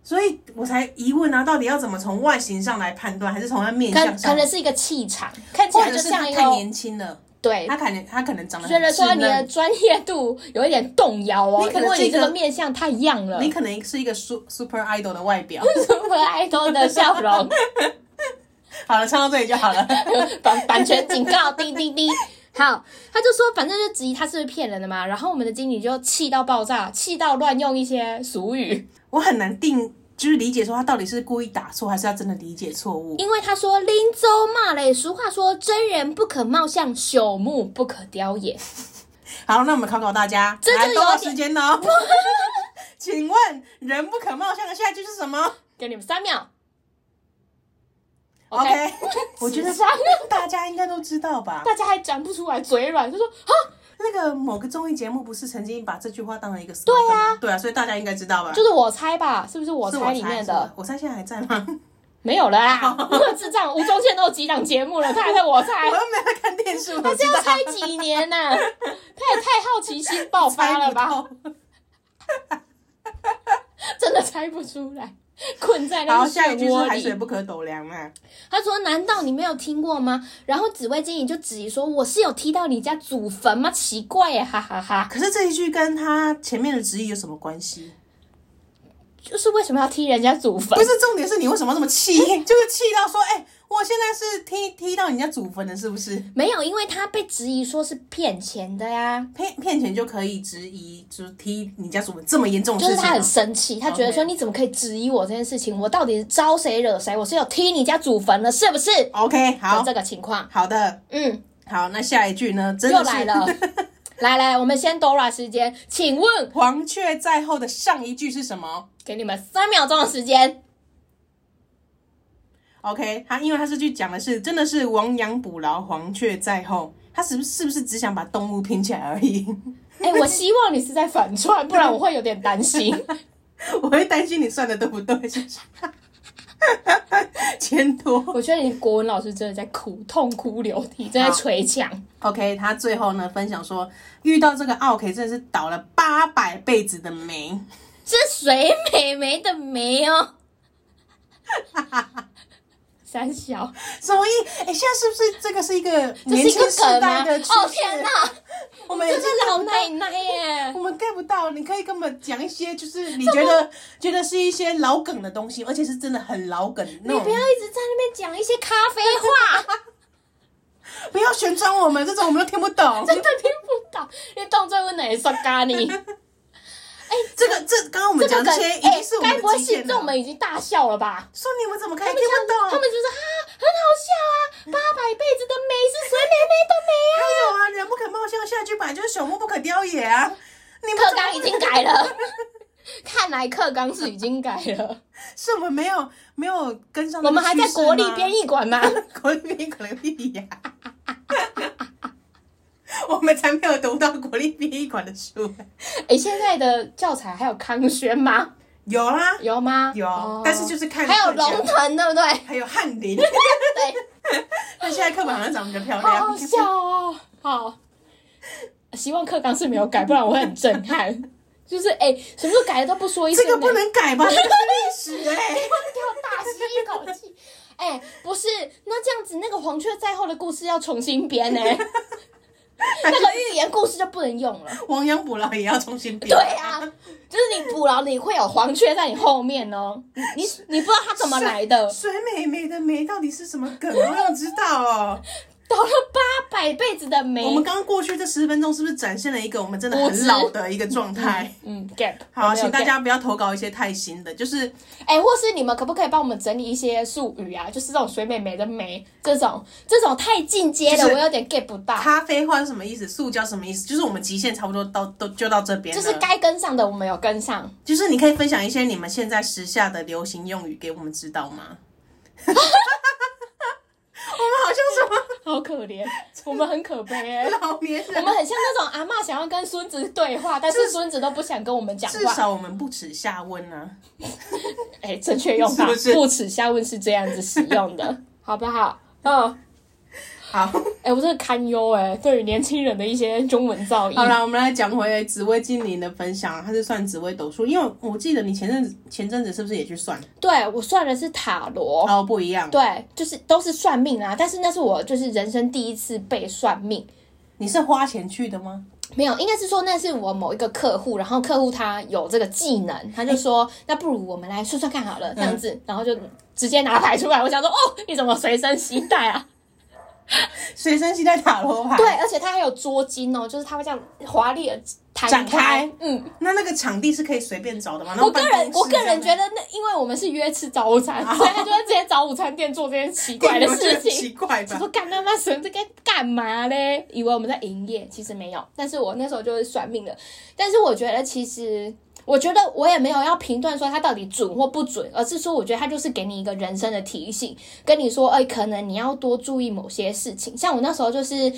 Speaker 2: 所以我才疑问啊，到底要怎么从外形上来判断，还是从他面
Speaker 1: 可
Speaker 2: 相
Speaker 1: 可
Speaker 2: 上
Speaker 1: 能，是一个气场，看起
Speaker 2: 或
Speaker 1: 来
Speaker 2: 者
Speaker 1: 就是像
Speaker 2: 他
Speaker 1: 一
Speaker 2: 太
Speaker 1: 个
Speaker 2: 年轻了？
Speaker 1: 对，
Speaker 2: 他可能他可能长得
Speaker 1: 觉
Speaker 2: 很
Speaker 1: 得
Speaker 2: 稚
Speaker 1: 说你的
Speaker 2: 嫩，
Speaker 1: 专业度有一点动摇哦，
Speaker 2: 你可能
Speaker 1: 因为你
Speaker 2: 是一个
Speaker 1: 这个面相太样了
Speaker 2: 你可能是一个 su- super idol 的外表。
Speaker 1: ，Super Idol 的笑容，
Speaker 2: 好了，唱到这里就好了。
Speaker 1: 版版权警告，滴滴滴。好，他就说，反正就质疑他是不是骗人的嘛。然后我们的经理就气到爆炸，气到乱用一些俗语，
Speaker 2: 我很难定，就是理解说他到底是故意打错，还是他真的理解错误。
Speaker 1: 因为他说“林州骂嘞”，俗话说“真人不可貌相，朽木不可雕也
Speaker 2: 好，那我们考考大家，
Speaker 1: 这就
Speaker 2: 来
Speaker 1: 有
Speaker 2: 多少
Speaker 1: 点
Speaker 2: 时间 呢？请问“人不可貌相”的下一句是什么”。
Speaker 1: 给你们三秒。
Speaker 2: ？OK，, 我觉得
Speaker 1: 智商
Speaker 2: 大家应该都知道吧。
Speaker 1: 大家还讲不出来，嘴软就说啊，
Speaker 2: 那个某个综艺节目不是曾经把这句话当成一个 slogan 对啊，对啊，所以大家应该知道吧？
Speaker 1: 就是我猜吧，是不是我
Speaker 2: 是我
Speaker 1: 猜里面
Speaker 2: 是
Speaker 1: 的
Speaker 2: 我？我猜现在还在 吗？
Speaker 1: 没有了 啦， 智障！吴宗宪都有几档节目了，他还在我猜
Speaker 2: 我又，没有看电视，我
Speaker 1: 他
Speaker 2: 知
Speaker 1: 是要
Speaker 2: 道
Speaker 1: 猜几年 呐、他也太好奇心爆发
Speaker 2: 猜
Speaker 1: 了
Speaker 2: 不
Speaker 1: 吧？
Speaker 2: 到。
Speaker 1: 真的猜不出来，困在那
Speaker 2: 好，
Speaker 1: 个
Speaker 2: 下一
Speaker 1: 漩
Speaker 2: 句是“
Speaker 1: 涡
Speaker 2: 海水
Speaker 1: 里。
Speaker 2: 不可斗量”嘛。
Speaker 1: 他说：“难道你没有听过吗？”然后紫薇经理就质疑说：“我是有踢到你家祖坟吗？奇怪耶，哈哈哈！
Speaker 2: 可是这一句跟他前面的直译有什么关系？
Speaker 1: 就是为什么要踢人家祖坟
Speaker 2: 不？是重点是你为什么这么气？就是气到说，哎、我现在是踢踢到人家祖坟了，是不是？
Speaker 1: 没有，因为他被质疑说是骗钱的呀。”
Speaker 2: 骗骗钱就可以质疑，就是踢你家祖坟哦这么严重的
Speaker 1: 就
Speaker 2: 事
Speaker 1: 是
Speaker 2: 情吗？
Speaker 1: 他很生气，他觉得说
Speaker 2: OK
Speaker 1: 你怎么可以质疑我这件事情？我到底是招谁惹谁？我是有踢你家祖坟了是不是？
Speaker 2: OK，
Speaker 1: 有
Speaker 2: 好
Speaker 1: 这个情况，
Speaker 2: 好的，
Speaker 1: 嗯，
Speaker 2: 好，那下一句呢？真
Speaker 1: 又
Speaker 2: 的是
Speaker 1: 来 了。来来，我们先 Dora 时间，请问
Speaker 2: 黄雀在后的上一句是什么
Speaker 1: 给你们三秒钟的时 间。
Speaker 2: ？OK，他因为他这句讲的是真的是亡羊补牢，黄雀在后。他是不是是不是只想把动物拼起来而已？
Speaker 1: 哎、我希望你是在反串，不然我会有点担心。
Speaker 2: 我会担心你算的对不对，是不 是？钱多。
Speaker 1: 我觉得你国文老师真的在哭，痛哭流涕，正在捶墙。
Speaker 2: OK，他最后呢分享说，遇到这个奥 K 真的是倒了八百辈子的霉。
Speaker 1: 是谁美眉的眉 哦？三小，
Speaker 2: 所以，哎、现在是不是这个是一个
Speaker 1: 这
Speaker 2: 年
Speaker 1: 是一
Speaker 2: 轻
Speaker 1: 个
Speaker 2: 时
Speaker 1: 梗
Speaker 2: 代
Speaker 1: 吗？
Speaker 2: 的趋势？
Speaker 1: 哦天哪！
Speaker 2: 我们已
Speaker 1: 这
Speaker 2: 经
Speaker 1: 是老奶奶耶！
Speaker 2: 我们 get 不到，你可以跟我们讲一些，就是你觉得觉得是一些老梗的东西，而且是真的很老梗那
Speaker 1: 你
Speaker 2: 种
Speaker 1: 不。要一直在那边讲一些咖啡 话，
Speaker 2: 不要旋转我们，这种我们都听不懂。
Speaker 1: 真的听不懂。你动作问哪说咖 喱？
Speaker 2: 这个这刚刚我们
Speaker 1: 这个
Speaker 2: 讲这
Speaker 1: 梗
Speaker 2: 些，已
Speaker 1: 哎
Speaker 2: 经是，我
Speaker 1: 该
Speaker 2: 们
Speaker 1: 不会
Speaker 2: 的极限
Speaker 1: 信众
Speaker 2: 了。
Speaker 1: 们已经大笑了吧？
Speaker 2: 说你们怎么可以
Speaker 1: 他
Speaker 2: 听
Speaker 1: 们像
Speaker 2: 不
Speaker 1: 他
Speaker 2: 懂？
Speaker 1: 们就是啊，很好笑啊！八百辈子的美是谁美美的美啊？
Speaker 2: 还有啊，人不可貌相，下句本来就是朽木不可雕也啊。你们
Speaker 1: 啊课
Speaker 2: 怎么
Speaker 1: 纲已经改了，看来课纲是已经改 了。
Speaker 2: 是我们没有没有跟上那
Speaker 1: 我
Speaker 2: 个
Speaker 1: 们
Speaker 2: 趋势吗，
Speaker 1: 还在国立编译馆吗？
Speaker 2: 国立编译馆个屁呀、 我们才没有读到国立编译馆的书，
Speaker 1: 哎，现在的教材还有康轩吗？
Speaker 2: 有啦，
Speaker 1: 有吗？
Speaker 2: 有，
Speaker 1: 哦
Speaker 2: 但是就是看
Speaker 1: 还有
Speaker 2: 课本
Speaker 1: 龙腾，对不对？
Speaker 2: 还有翰 林，
Speaker 1: 对。
Speaker 2: 但现在课本好像长得比较漂
Speaker 1: 好好
Speaker 2: 亮。
Speaker 1: 笑哦！好，希望课纲是没有改，不然我会很震撼。 就是哎、什么时候改了都不说一声、
Speaker 2: 这
Speaker 1: 欸，
Speaker 2: 个不能改 吧？这个是历史哎、
Speaker 1: 给我大吸一口气。哎、不是，那这样子那个黄雀在后的故事要重新编呢、 那个寓言故事就不能用了。
Speaker 2: 亡羊补牢也要重新编。
Speaker 1: 对啊，就是你捕牢，你会有黄雀在你后面哦。你你你不知道它怎么来的，
Speaker 2: 水美眉的眉到底是什么梗？我想知道 哦。
Speaker 1: 倒了八百辈子的霉
Speaker 2: 我。们刚刚过去这十分钟是不是展现了一个我们真的
Speaker 1: 哎无
Speaker 2: 很
Speaker 1: 知
Speaker 2: 老的一个状态？
Speaker 1: 嗯，gap
Speaker 2: 好
Speaker 1: 我
Speaker 2: 啊，
Speaker 1: 没有
Speaker 2: 请大
Speaker 1: gap
Speaker 2: 家不要投稿一些太新的，就是
Speaker 1: 哎、或是你们可不可以帮我们整理一些术语啊？就是这种水美眉的美，这种这种太进阶
Speaker 2: 就
Speaker 1: 的，
Speaker 2: 是
Speaker 1: 我有点 get 不到。
Speaker 2: 咖啡花是什么意思，塑胶什么意思，就是我们极限差不多到都就到这边
Speaker 1: 就
Speaker 2: 了。
Speaker 1: 是该跟上的我们有跟上，
Speaker 2: 就是你可以分享一些你们现在时下的流行用语给我们知道吗？我们好像
Speaker 1: 好可怜，我们很可悲、欸
Speaker 2: 什。么老年
Speaker 1: 我
Speaker 2: 人，
Speaker 1: 们很像那种阿嬷想要跟孙子对话，但是孙子都不想跟我们讲
Speaker 2: 至
Speaker 1: 话。
Speaker 2: 少我们不耻下问啊。
Speaker 1: 哎、正确用法
Speaker 2: 是不是
Speaker 1: 不耻下问是这样子使用 的，好不好？嗯，
Speaker 2: 好，
Speaker 1: 哎、我真的堪忧哎、对于年轻人的一些中文造
Speaker 2: 好
Speaker 1: 诣。
Speaker 2: 啦，我们来讲回呃紫薇精灵的分享，它是算紫薇斗数，因为我记得你前阵子前阵子是不是也去算？
Speaker 1: 对我算的是塔罗，
Speaker 2: 哦，不一样。
Speaker 1: 对，就是都是算命啊，但是那是我就是人生第一次被算命，
Speaker 2: 你是花钱去的吗？
Speaker 1: 没有，应该是说那是我某一个客户，然后客户他有这个技能，他 就说、那不如我们来算算看好了，这样
Speaker 2: 嗯
Speaker 1: 子，然后就直接拿牌出来。我想说，哦，你怎么随身携带 啊？
Speaker 2: 随身携带塔罗牌。
Speaker 1: 对，，而且它还有捉襟哦，就是它会这样华丽的弹
Speaker 2: 展
Speaker 1: 开
Speaker 2: 开。
Speaker 1: 嗯，
Speaker 2: 那那个场地是可以随便找的吗？那
Speaker 1: 我
Speaker 2: 种
Speaker 1: 个
Speaker 2: 办
Speaker 1: 人
Speaker 2: 公
Speaker 1: 我
Speaker 2: 室
Speaker 1: 个
Speaker 2: 这样
Speaker 1: 人觉得那，因为我们是约吃早 午餐，所以他就会直接找午餐店做这些奇怪的
Speaker 2: 我觉得
Speaker 1: 事
Speaker 2: 很
Speaker 1: 情。
Speaker 2: 奇怪
Speaker 1: 就
Speaker 2: 吧
Speaker 1: 说？干他妈神这该干嘛嘞？以为我们在营业，其实没有。但是我那时候就是算命的，但是我觉得其实，我觉得我也没有要评断说它到底准或不准，而是说我觉得它就是给你一个人生的提醒，跟你说，哎、可能你要多注意某些事情。像我那时候就是。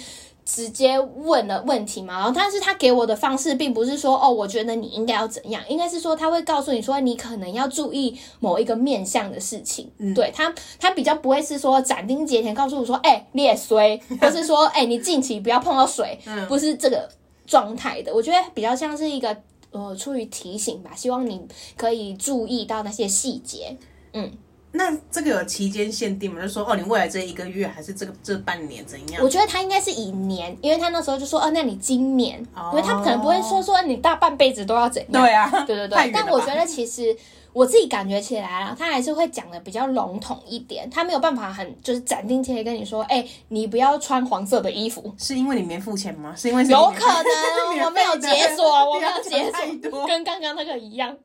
Speaker 1: 直接问了问题嘛，然后但是他给我的方式并不是说哦，我觉得你应该要怎样，应该是说他会告诉你说你可能要注意某一个面向的事情，
Speaker 2: 嗯
Speaker 1: 对他他比较不会是说斩钉截铁告诉我说，哎、你也衰，或是说哎、你近期不要碰到水，
Speaker 2: 嗯
Speaker 1: 不是这个状态的。我觉得比较像是一个呃出于提醒吧，希望你可以注意到那些细节。
Speaker 2: 嗯那这个有期间限定吗？就是说哦，你未来这一个月还是这个这半年怎样
Speaker 1: 我？觉得他应该是以年，因为他那时候就说，哦，那你今年，
Speaker 2: 哦
Speaker 1: 因为他可能不会说说你大半辈子都要怎样。
Speaker 2: 对 啊，
Speaker 1: 对对
Speaker 2: 太
Speaker 1: 对，
Speaker 2: 远
Speaker 1: 但
Speaker 2: 了
Speaker 1: 我
Speaker 2: 吧
Speaker 1: 觉得其实我自己感觉起来啦，他还是会讲的比较笼统一点，他没有办法很就是斩钉截铁跟你说，哎、你不要穿黄色的衣服，
Speaker 2: 是因为你 没付钱吗？是因为是
Speaker 1: 有
Speaker 2: 你
Speaker 1: 可 能我没有解锁，我没有解
Speaker 2: 太
Speaker 1: 锁，
Speaker 2: 多
Speaker 1: 跟刚刚那个一样。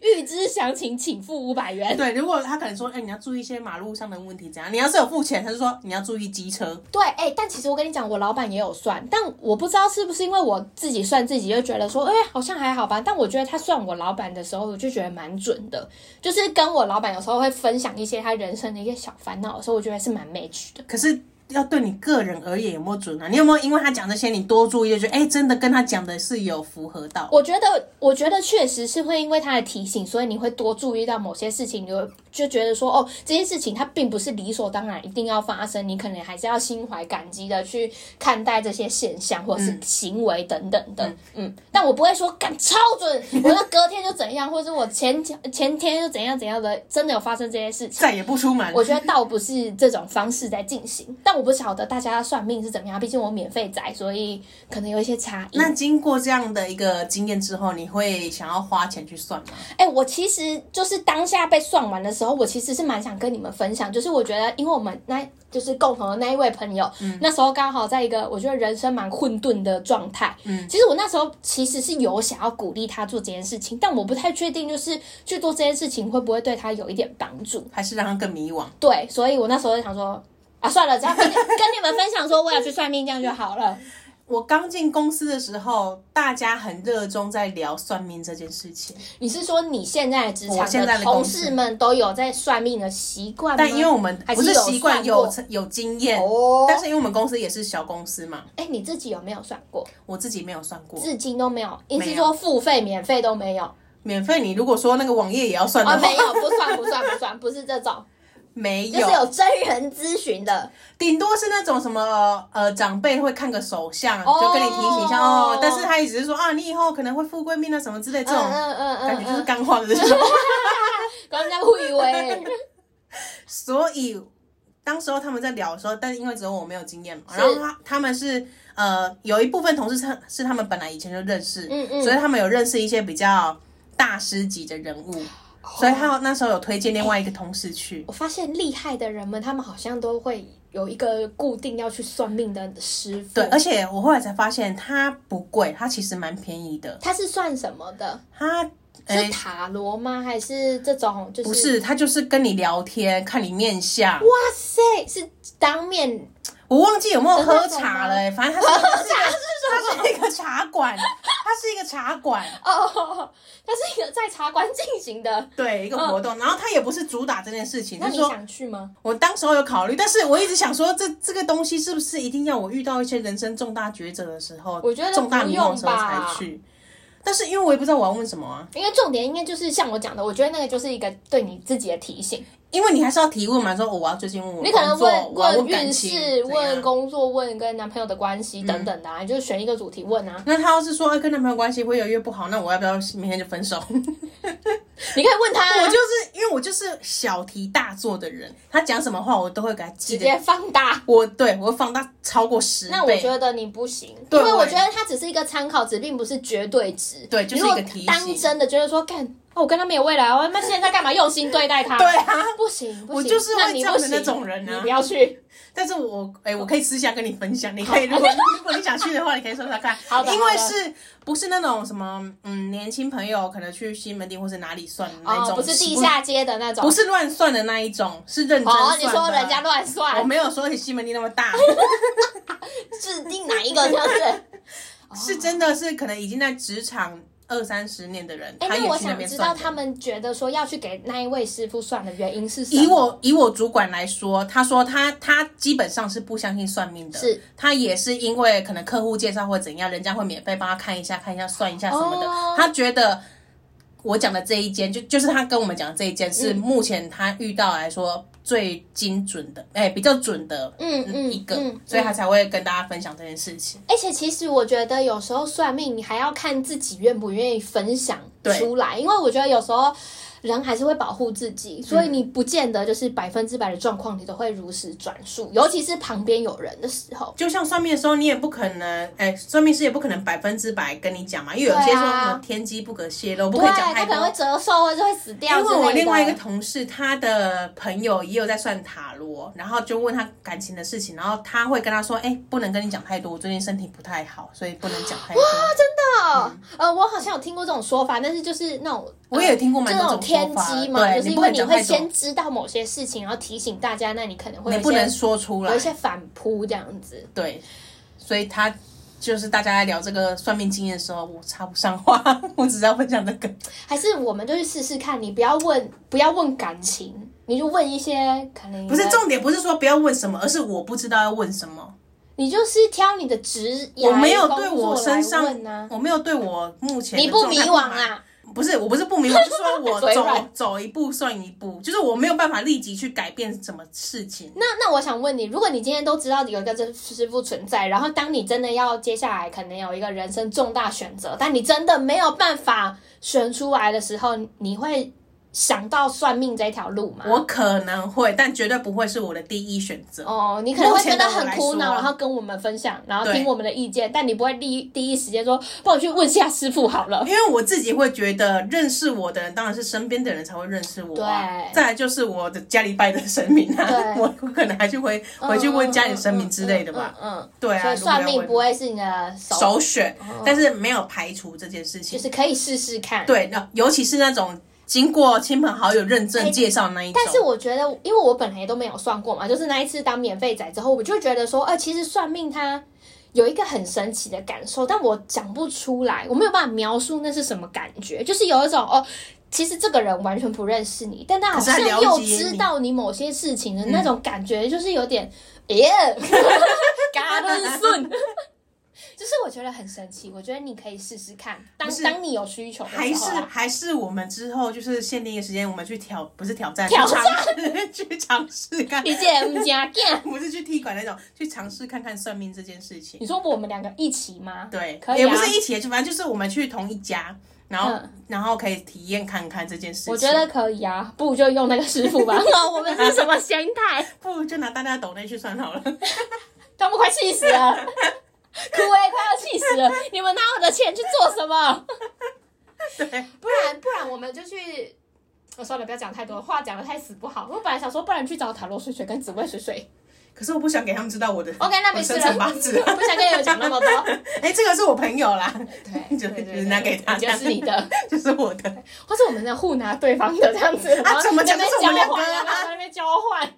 Speaker 1: 预知详情，请付五百元。
Speaker 2: 对，如果他可能说，哎、你要注意一些马路上的问题，怎样？你要是有付钱，他就说你要注意机车。
Speaker 1: 对，哎、但其实我跟你讲，我老板也有算，但我不知道是不是因为我自己算自己就觉得说，哎、好像还好吧。但我觉得他算我老板的时候，我就觉得蛮准的，就是跟我老板有时候会分享一些他人生的一些小烦恼的时候，我觉得是蛮 match 的。
Speaker 2: 可是要对你个人而言有没有准啊？你有没有因为他讲这些，你多注意，就觉得哎、真的跟他讲的是有符合到？
Speaker 1: 我觉得，我觉得确实是会因为他的提醒，所以你会多注意到某些事情，你就就觉得说，哦，这些事情它并不是理所当然一定要发生，你可能还是要心怀感激的去看待这些现象或者是行为等等的，嗯。但我不会说干超准，我要隔天就怎样，或者我前前天就怎样怎样的，真的有发生这些事 情。
Speaker 2: 再也不出门。
Speaker 1: 我觉得倒不是这种方式在进行，但我不晓得大家算命是怎么样，毕竟我免费仔，所以可能有一些差异。
Speaker 2: 那经过这样的一个经验之后，你会想要花钱去算吗？
Speaker 1: 哎、我其实就是当下被算完的时候，我其实是蛮想跟你们分享，就是我觉得，因为我们那就是共同的那一位朋友，
Speaker 2: 嗯
Speaker 1: 那时候刚好在一个我觉得人生蛮混沌的状态。嗯，其实我那时候其实是有想要鼓励他做这件事情，但我不太确定，就是去做这件事情会不会对他有一点帮助。
Speaker 2: 还是让他更迷惘？
Speaker 1: 对，所以我那时候就想说。啊，算了，只要跟你跟你们分享说我要去算命，这样就好了。
Speaker 2: 我刚进公司的时候，大家很热衷在聊算命这件事情，
Speaker 1: 你是说你现在的职场
Speaker 2: 我现在的
Speaker 1: 同
Speaker 2: 公司
Speaker 1: 事们都有在算命的习惯吗？
Speaker 2: 但因为我们
Speaker 1: 还是
Speaker 2: 不是
Speaker 1: 有
Speaker 2: 习惯
Speaker 1: 算过
Speaker 2: 有有经验，
Speaker 1: 哦
Speaker 2: 但是因为我们公司也是小公司嘛，
Speaker 1: 哎、你自己有没有算过？
Speaker 2: 我自己没有算过。
Speaker 1: 至今都没有，你是
Speaker 2: 没有哦
Speaker 1: 说付费、免费 都没有？
Speaker 2: 免费，你如果说那个网页也要算的
Speaker 1: 哦，
Speaker 2: 话，
Speaker 1: 没有，不算，不算，不算，不是这种，
Speaker 2: 没
Speaker 1: 就
Speaker 2: 有，
Speaker 1: 是有真人咨询的。
Speaker 2: 顶多是那种什么呃长辈会看个手相，啊
Speaker 1: 哦
Speaker 2: 就跟你提醒一下哦。但是他也只是说啊，你以后可能会富贵命啊什么之类这
Speaker 1: 嗯
Speaker 2: 种。
Speaker 1: 嗯嗯
Speaker 2: 感觉
Speaker 1: 嗯
Speaker 2: 就是
Speaker 1: 嗯，
Speaker 2: 干话的这种，
Speaker 1: 刚刚互以为
Speaker 2: 所以当时候他们在聊的时候，但是因为只有我没有经验嘛，
Speaker 1: 是
Speaker 2: 然后他他们是呃有一部分同事是是他们本来以前就认识，
Speaker 1: 嗯嗯
Speaker 2: 所以他们有认识一些比较大师级的人物，
Speaker 1: 哦
Speaker 2: 所以他那时候有推荐另外一个同事去，
Speaker 1: 我发现厉害的人们，他们好像都会有一个固定要去算命的师傅。
Speaker 2: 对，而且我后来才发现它不贵，它其实蛮便宜的，
Speaker 1: 他是算什么的？
Speaker 2: 它呃
Speaker 1: 是塔罗吗？还是这种？就是
Speaker 2: 不是，它就是跟你聊天，看你面相。
Speaker 1: 哇塞，是当面
Speaker 2: 我忘记有没有
Speaker 1: 真的
Speaker 2: 喝茶了、
Speaker 1: 吗
Speaker 2: 欸，反正它 是它是它是一个茶馆，它是一个茶馆，
Speaker 1: 哦， 它是一个在茶馆进行的。
Speaker 2: 对，一个活动。然后它也不是主打这件事情，就
Speaker 1: 嗯那
Speaker 2: 是
Speaker 1: 你
Speaker 2: 说
Speaker 1: 想去吗？
Speaker 2: 我当时候有考虑，但是我一直想说这这个东西是不是一定要我遇到一些人生重大抉择的时候，
Speaker 1: 我觉得
Speaker 2: 重大迷惘的时候
Speaker 1: 不用吧
Speaker 2: 才去。但是因为我也不知道我要问什么啊，
Speaker 1: 因为重点应该就是像我讲的，我觉得那个就是一个对你自己的提醒。
Speaker 2: 因为你还是要提问嘛，说、哦我要最近问我
Speaker 1: 你可能
Speaker 2: 工作
Speaker 1: 问
Speaker 2: 我要问感
Speaker 1: 运
Speaker 2: 情
Speaker 1: 势、
Speaker 2: 怎样嗯
Speaker 1: 问工作、问跟男朋友的关系等等的啊，你就选一个主题问啊。
Speaker 2: 那他要是说、哎跟男朋友关系会越来越不好，那我要不要明天就分手？
Speaker 1: 你可以问他啊，
Speaker 2: 我就是因为我就是小题大做的人，他讲什么话我都会给他记
Speaker 1: 直接
Speaker 2: 得。
Speaker 1: 放大。
Speaker 2: 我对我会放大超过十倍。
Speaker 1: 那我觉得你不行，因
Speaker 2: 对
Speaker 1: 为
Speaker 2: 我
Speaker 1: 我
Speaker 2: 也
Speaker 1: 觉得它只是一个参考值，并不是绝对值。
Speaker 2: 对就是
Speaker 1: 你如果
Speaker 2: 一个提醒
Speaker 1: 当真的觉得说，干，哦，我跟他没有未来哦，那现在干嘛用心对待他？
Speaker 2: 对啊，
Speaker 1: 不行，不行
Speaker 2: 我就是会
Speaker 1: 那你
Speaker 2: 这样
Speaker 1: 不
Speaker 2: 的
Speaker 1: 行
Speaker 2: 那种人啊
Speaker 1: 你不要去。
Speaker 2: 但是我哎、我可以私下跟你分享，你可以如果如果你想去的话，你可以说说看。
Speaker 1: 好的
Speaker 2: 因为
Speaker 1: 好的
Speaker 2: 是不是那种什么嗯年轻朋友可能去西门町或是哪里算的那
Speaker 1: 哦，
Speaker 2: 种，
Speaker 1: 不是地下街的那种，
Speaker 2: 不，不是乱算的那一种，是认真算的。
Speaker 1: 哦，你说人家哦乱
Speaker 2: 我
Speaker 1: 算，
Speaker 2: 没有说你西门町那么大，
Speaker 1: 制定哪一个这样子？
Speaker 2: 是真的是可能已经在职场二三十年的人，
Speaker 1: 哎，
Speaker 2: 他也
Speaker 1: 那我
Speaker 2: 去那
Speaker 1: 想
Speaker 2: 边
Speaker 1: 知道
Speaker 2: 算的
Speaker 1: 他们觉得说要去给那一位师傅算的原因是什么？
Speaker 2: 以我以我主管来说，他说他他基本上是不相信算命的，
Speaker 1: 是
Speaker 2: 他也是因为可能客户介绍或怎样，人家会免费帮他看一下、看一下、算一下什么的。
Speaker 1: 哦
Speaker 2: 他觉得我讲的这一间，就就是他跟我们讲的这一间
Speaker 1: 嗯
Speaker 2: 是目前他遇到来说最精准的，哎、比较准的，
Speaker 1: 嗯嗯
Speaker 2: 一个，
Speaker 1: 嗯
Speaker 2: 所以他才会跟大家分享这件事情。
Speaker 1: 而且其实我觉得有时候算命，你还要看自己愿不愿意分享
Speaker 2: 对
Speaker 1: 出来，因为我觉得有时候人还是会保护自己，所以
Speaker 2: 嗯
Speaker 1: 你不见得就是百分之百的状况你都会如实转述，尤其是旁边有人的时候。
Speaker 2: 就像算命的时候，你也不可能，哎、算命师也不可能百分之百跟你讲嘛，因为有些
Speaker 1: 对
Speaker 2: 说
Speaker 1: 啊
Speaker 2: 什么天机不可泄露，不
Speaker 1: 对，
Speaker 2: 可以讲
Speaker 1: 他
Speaker 2: 太
Speaker 1: 可
Speaker 2: 多。
Speaker 1: 能会折寿或者会死掉
Speaker 2: 因
Speaker 1: 之
Speaker 2: 为我
Speaker 1: 类
Speaker 2: 另外一个
Speaker 1: 的。啊
Speaker 2: 同事，他的朋友也有在算塔罗，然后就问他感情的事情，然后他会跟他说：“哎、不能跟你讲太多，我最近身体不太好，所以不能讲太多。”
Speaker 1: 哦，呃，我好像有听过这种说法，但是就是那种呃
Speaker 2: 我也有听过
Speaker 1: 这
Speaker 2: 蛮多
Speaker 1: 种
Speaker 2: 种
Speaker 1: 天
Speaker 2: 说法
Speaker 1: 机嘛，
Speaker 2: 对，
Speaker 1: 就是因
Speaker 2: 不
Speaker 1: 为
Speaker 2: 能
Speaker 1: 你
Speaker 2: 讲
Speaker 1: 会
Speaker 2: 太多，
Speaker 1: 先知道某些事情，然后提醒大家，那你可能会
Speaker 2: 你
Speaker 1: 有一
Speaker 2: 不能
Speaker 1: 些
Speaker 2: 说出来
Speaker 1: 有一，些反扑这样子。
Speaker 2: 对，所以他。就是大家在聊这个算命经验的时候，我插不上话，我只是要分享这个。
Speaker 1: 还是我们就去试试看，你不要问，不要问感情，你就问一些可能
Speaker 2: 不是重点，不是说不要问什么，而是我不知道要问什么。
Speaker 1: 你就是挑你的职业，
Speaker 2: 我没有对我
Speaker 1: 工作
Speaker 2: 身
Speaker 1: 来
Speaker 2: 上
Speaker 1: 问，啊，
Speaker 2: 我没有对我目前的
Speaker 1: 你不
Speaker 2: 状
Speaker 1: 迷
Speaker 2: 态
Speaker 1: 惘
Speaker 2: 满
Speaker 1: 啊，
Speaker 2: 不是，我不是不明，我是说我
Speaker 1: 嘴
Speaker 2: 走
Speaker 1: 软
Speaker 2: 走一步算一步，就是我没有办法立即去改变什么事情。
Speaker 1: 那那我想问你，如果你今天都知道有一个这师傅存在，然后当你真的要接下来可能有一个人生重大选择，但你真的没有办法选出来的时候，你会想到算命这条路吗？
Speaker 2: 我可能会，但绝对不会是我的第一选择。
Speaker 1: 哦，你可能会觉得
Speaker 2: 目前
Speaker 1: 很
Speaker 2: 的我
Speaker 1: 苦
Speaker 2: 来
Speaker 1: 恼，
Speaker 2: 说
Speaker 1: 然后跟我们分享，然后
Speaker 2: 对
Speaker 1: 听我们的意见，但你不会第一第一时间说帮我去问一下师傅好了。
Speaker 2: 因为我自己会觉得，认识我的人当然是身边的人才会认识我、啊，
Speaker 1: 对
Speaker 2: 再来就是我的家里拜的神明啊，
Speaker 1: 对
Speaker 2: 我我可能还去回 回去问家里神明之类的吧。
Speaker 1: 嗯，嗯嗯
Speaker 2: 对啊，
Speaker 1: 所以算
Speaker 2: 如
Speaker 1: 命不
Speaker 2: 果
Speaker 1: 会是哦你的手，
Speaker 2: 要问首选，但是没有排除这件事
Speaker 1: 就
Speaker 2: 情。
Speaker 1: 是可以试试看。。
Speaker 2: 对，那尤其是那种经过亲朋好友认
Speaker 1: 哎
Speaker 2: 证介绍那一种，
Speaker 1: 但是我觉得，因为我本来都没有算过嘛，就是那一次当免费仔之后，我就觉得说，呃，其实算命它有一个很神奇的感受，但我讲不出来，我没有办法描述那是什么感觉，就是有一种哦。其实这个人完全不认识你，但他好
Speaker 2: 可是他
Speaker 1: 像
Speaker 2: 了
Speaker 1: 又
Speaker 2: 解
Speaker 1: 知
Speaker 2: 你
Speaker 1: 道你某些事情的那种感觉，就是有点 耶，嘎嘣顺，就是我觉得很神奇。我觉得你可以试试看，当
Speaker 2: 不是
Speaker 1: 当你有需求的时候啊，
Speaker 2: 还是还是我们之后就是限定一个时间，我们去挑不是挑战，
Speaker 1: 挑战
Speaker 2: 去尝试 去尝试看，
Speaker 1: 你姐唔加干。
Speaker 2: 不是去踢馆那种，去尝试看看算命这件事情
Speaker 1: 你。说我们两个一起吗？
Speaker 2: 对，
Speaker 1: 可
Speaker 2: 也
Speaker 1: 以、啊。
Speaker 2: 不是一起，就反正就是我们去同一家，然后、
Speaker 1: 嗯
Speaker 2: 然后可以体验看看这件事情。
Speaker 1: 我觉得可以啊，不如就用那个师傅吧。 我们是什么心 态？
Speaker 2: 不如就拿大家抖内去算好了。
Speaker 1: 他们快气死了，枯威欸快要气死了！你们拿我的钱去做什么？
Speaker 2: 对，
Speaker 1: 不然不然我们就去。我算了，不要讲太多话，讲的太死不好。我本来想说，不然去找塔罗水水跟紫薇水水。
Speaker 2: 可是我不想给他们知道我的
Speaker 1: OK，那没事
Speaker 2: 我
Speaker 1: 了
Speaker 2: 的生辰八字。
Speaker 1: 不想跟你们讲那 么多。
Speaker 2: 哎、这个是我朋友啦，
Speaker 1: 对
Speaker 2: 就
Speaker 1: 对对
Speaker 2: 就拿给他
Speaker 1: 你 就是你的，
Speaker 2: 就是我的。
Speaker 1: 或者我们在互拿对方的这样子，然后
Speaker 2: 怎么讲
Speaker 1: 在那
Speaker 2: 都是我
Speaker 1: 边
Speaker 2: 们
Speaker 1: 交
Speaker 2: 两个啊
Speaker 1: 换，然后在那边交换。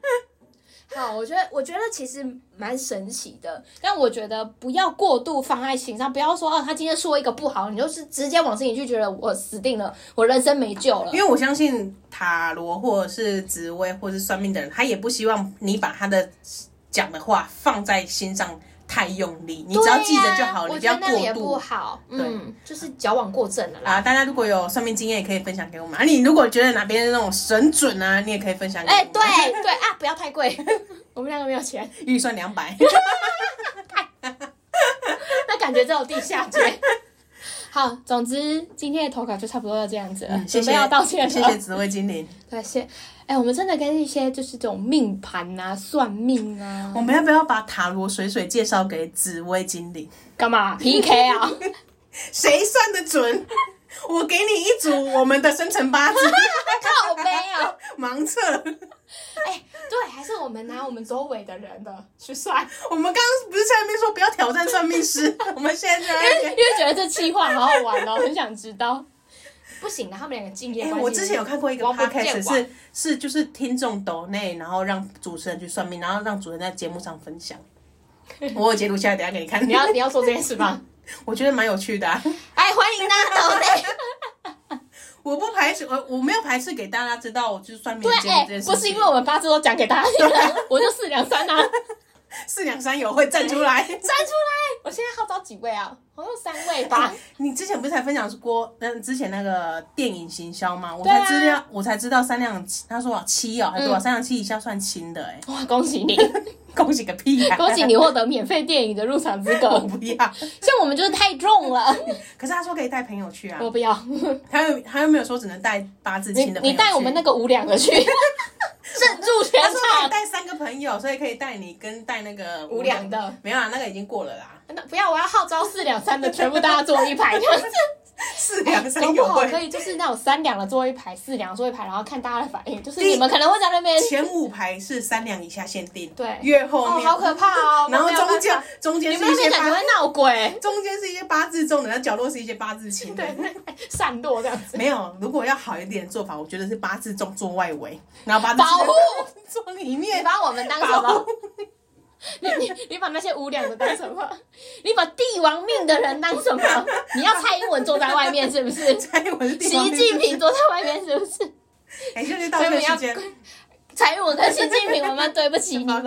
Speaker 1: 好，我觉得我觉得其实蛮神奇的，但我觉得不要过度放在心上，不要说哦，他今天说一个不好，你就是直接往心里去，觉得我死定了，我人生没救了
Speaker 2: 因。为我相信塔罗或者是紫薇或者是算命的人，他也不希望你把他的讲的话放在心上太用力，你只要记着就好了，你
Speaker 1: 对呀啊我
Speaker 2: 不
Speaker 1: 觉
Speaker 2: 要
Speaker 1: 得那个也
Speaker 2: 过
Speaker 1: 不
Speaker 2: 度。
Speaker 1: 好，嗯，就是矫枉过正了啦。
Speaker 2: 啊，大家如果有算命经验，也可以分享给我们。啊，你如果觉得哪边那种神准啊，你也可以分享给我
Speaker 1: 哎、
Speaker 2: 们。
Speaker 1: 对 对啊，不要太贵， 我们两个没有钱，
Speaker 2: 对，预算两百。
Speaker 1: 那感觉只有地下 街。好，总之今天的投稿就差不多要这样子了，
Speaker 2: 嗯谢
Speaker 1: 准备
Speaker 2: 谢，
Speaker 1: 要道歉了，
Speaker 2: 谢谢紫薇精灵。
Speaker 1: 对，谢，哎、我们真的跟一些就是这种命盘啊、算命啊，
Speaker 2: 我们要不要把塔罗水水介绍给紫薇精灵？
Speaker 1: 干嘛 PK 啊？
Speaker 2: 谁算的准？ 我给你一组我们的生辰 八字
Speaker 1: 靠背啊！
Speaker 2: 盲测。
Speaker 1: 哎、对，还是我们拿我们周围的人的去算，
Speaker 2: 我们刚刚不是在那边说不要挑战算命师，我们现在就在那
Speaker 1: 因
Speaker 2: 边。
Speaker 1: 为觉得这计划好好玩哦，很想知道。不行的，他们两个敬业
Speaker 2: 哎、
Speaker 1: 关系。
Speaker 2: 我之前有看过一个
Speaker 1: 王不见
Speaker 2: podcast，
Speaker 1: 王
Speaker 2: 是是就是听众抖内，然后让主持人去算命，然后让主持人在节目上分 享。我有截图下来，等一下给你看。
Speaker 1: 你要你要做这件事吗？
Speaker 2: 我觉得蛮有趣的、啊，
Speaker 1: 哎，欢迎大家抖内。
Speaker 2: 我不排斥，我我没有排斥给大家知道，我就是算命
Speaker 1: 对
Speaker 2: 的节，目
Speaker 1: 哎、
Speaker 2: 这件事情。
Speaker 1: 不是因为我们八字都讲给大家听了，我就四两三 啊，站出
Speaker 2: 四两三友会站出来。
Speaker 1: 来！哎我现在号召几位啊？好像三位吧。
Speaker 2: 你之前不是才分享过，嗯，之前那个电影行销吗？我
Speaker 1: 对啊嗯
Speaker 2: 才知道，我才知道三两七，他说啊七哦，还是多少？三两七以下算轻的、哎，
Speaker 1: 哇，恭喜你，
Speaker 2: 恭喜个屁、啊！
Speaker 1: 恭喜你获得免费电影的入场资
Speaker 2: 我
Speaker 1: 格。
Speaker 2: 不要。
Speaker 1: 像我们就是太 重了，
Speaker 2: 可是他说可以带朋友去啊，
Speaker 1: 我不要。
Speaker 2: 他又他又没有说只能带八字
Speaker 1: 你
Speaker 2: 亲的朋友
Speaker 1: 你带我们那
Speaker 2: 个，
Speaker 1: 个五两 的去，镇住全
Speaker 2: 他说可以
Speaker 1: 场。
Speaker 2: 带三个朋友，所以可以带你跟带那个
Speaker 1: 五两的，
Speaker 2: 没有啊，那个已经过了啦，
Speaker 1: 那不要，我要号召四两三的，全部大家坐一 排这样子。
Speaker 2: 四两
Speaker 1: 哎搞
Speaker 2: 三
Speaker 1: 不
Speaker 2: 友
Speaker 1: 好
Speaker 2: 会
Speaker 1: 可以就是那种三两的坐一排，四两坐一排，然后看大家的反应。就是
Speaker 2: 第一
Speaker 1: 你们可能会在那 边
Speaker 2: 前五排是三两以下限定，
Speaker 1: 对
Speaker 2: 越后
Speaker 1: 哦，
Speaker 2: 面，
Speaker 1: 好可怕哦。
Speaker 2: 然后
Speaker 1: 我没有
Speaker 2: 中
Speaker 1: 办
Speaker 2: 间
Speaker 1: 法
Speaker 2: 中间
Speaker 1: 你
Speaker 2: 是
Speaker 1: 们
Speaker 2: 一
Speaker 1: 那
Speaker 2: 些
Speaker 1: 边感觉
Speaker 2: 八，
Speaker 1: 会闹 鬼，
Speaker 2: 中间是一些八字重的，然后角落是一些八字轻的
Speaker 1: 对，。那 散落这样子。
Speaker 2: 没有，如果要好一点的做法，我觉得是八字重做外围，然后八字
Speaker 1: 保 护
Speaker 2: 做里
Speaker 1: 你
Speaker 2: 面。
Speaker 1: 把我们当什么？ 你你你把那些无良的当什么？ 你把帝王命的人当什么？ 你要蔡英文坐在外面是 不是？
Speaker 2: 蔡英文是地方
Speaker 1: 习
Speaker 2: 面
Speaker 1: 近平坐在外面是不是？
Speaker 2: 哎，就是到这
Speaker 1: 所以
Speaker 2: 个
Speaker 1: 我们要
Speaker 2: 时间，
Speaker 1: 蔡英文跟习近平，我们对不起你们，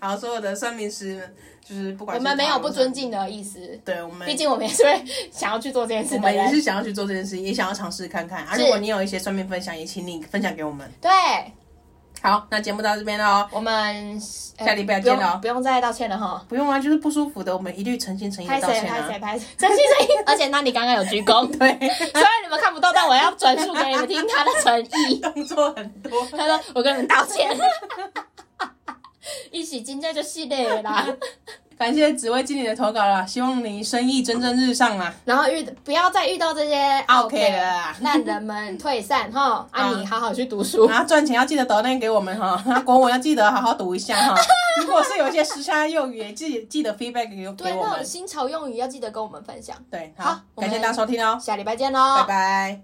Speaker 2: 然后所有的算命师们，就是不管
Speaker 1: 我
Speaker 2: 是
Speaker 1: 们没有
Speaker 2: 塔罗
Speaker 1: 不尊敬的意思。
Speaker 2: 对我们，
Speaker 1: 毕竟我们也是会想要去做这件事
Speaker 2: 我
Speaker 1: 的
Speaker 2: 们也
Speaker 1: 人。
Speaker 2: 是想要去做这件事，也想要尝试看看啊。
Speaker 1: 是
Speaker 2: 如果你有一些算命分享，也请你分享给我们。
Speaker 1: 对，
Speaker 2: 好，那节目到这边喽。
Speaker 1: 我们下
Speaker 2: 下礼拜见哦
Speaker 1: 不
Speaker 2: 了
Speaker 1: 用不用再道歉了哈。
Speaker 2: 不用啊，就是不舒服的，我们一律诚心诚意
Speaker 1: 拍
Speaker 2: 的道
Speaker 1: 谁
Speaker 2: 歉
Speaker 1: 拍谁
Speaker 2: 啊。
Speaker 1: 拍谁， 真心诚意。而且那你刚刚有鞠躬，
Speaker 2: 对，
Speaker 1: 虽然你们看不到，但我要转述给你们听他的诚 意。
Speaker 2: 动作很多。
Speaker 1: 他说：“我跟你们道歉。” 一起今天就系列了啦，
Speaker 2: 感谢紫薇经理的投稿啦，希望你生意蒸蒸日上啊啦。
Speaker 1: 然后遇不要再遇到这些
Speaker 2: OK 了啦
Speaker 1: 烂人们退散哈，啊
Speaker 2: 啊
Speaker 1: 你 好好去读书，
Speaker 2: 然后赚钱要记得抖内给我们哈，那国文要记得好好读一下哈。 如果是有一些时下用语，也记记得 feedback 给
Speaker 1: 对
Speaker 2: 给我
Speaker 1: 那种
Speaker 2: 们。
Speaker 1: 新潮用语要记得跟我们分享，
Speaker 2: 对，
Speaker 1: 好
Speaker 2: 好，
Speaker 1: 我们
Speaker 2: 感谢大家收听哦，
Speaker 1: 下礼拜见喽，
Speaker 2: 拜拜。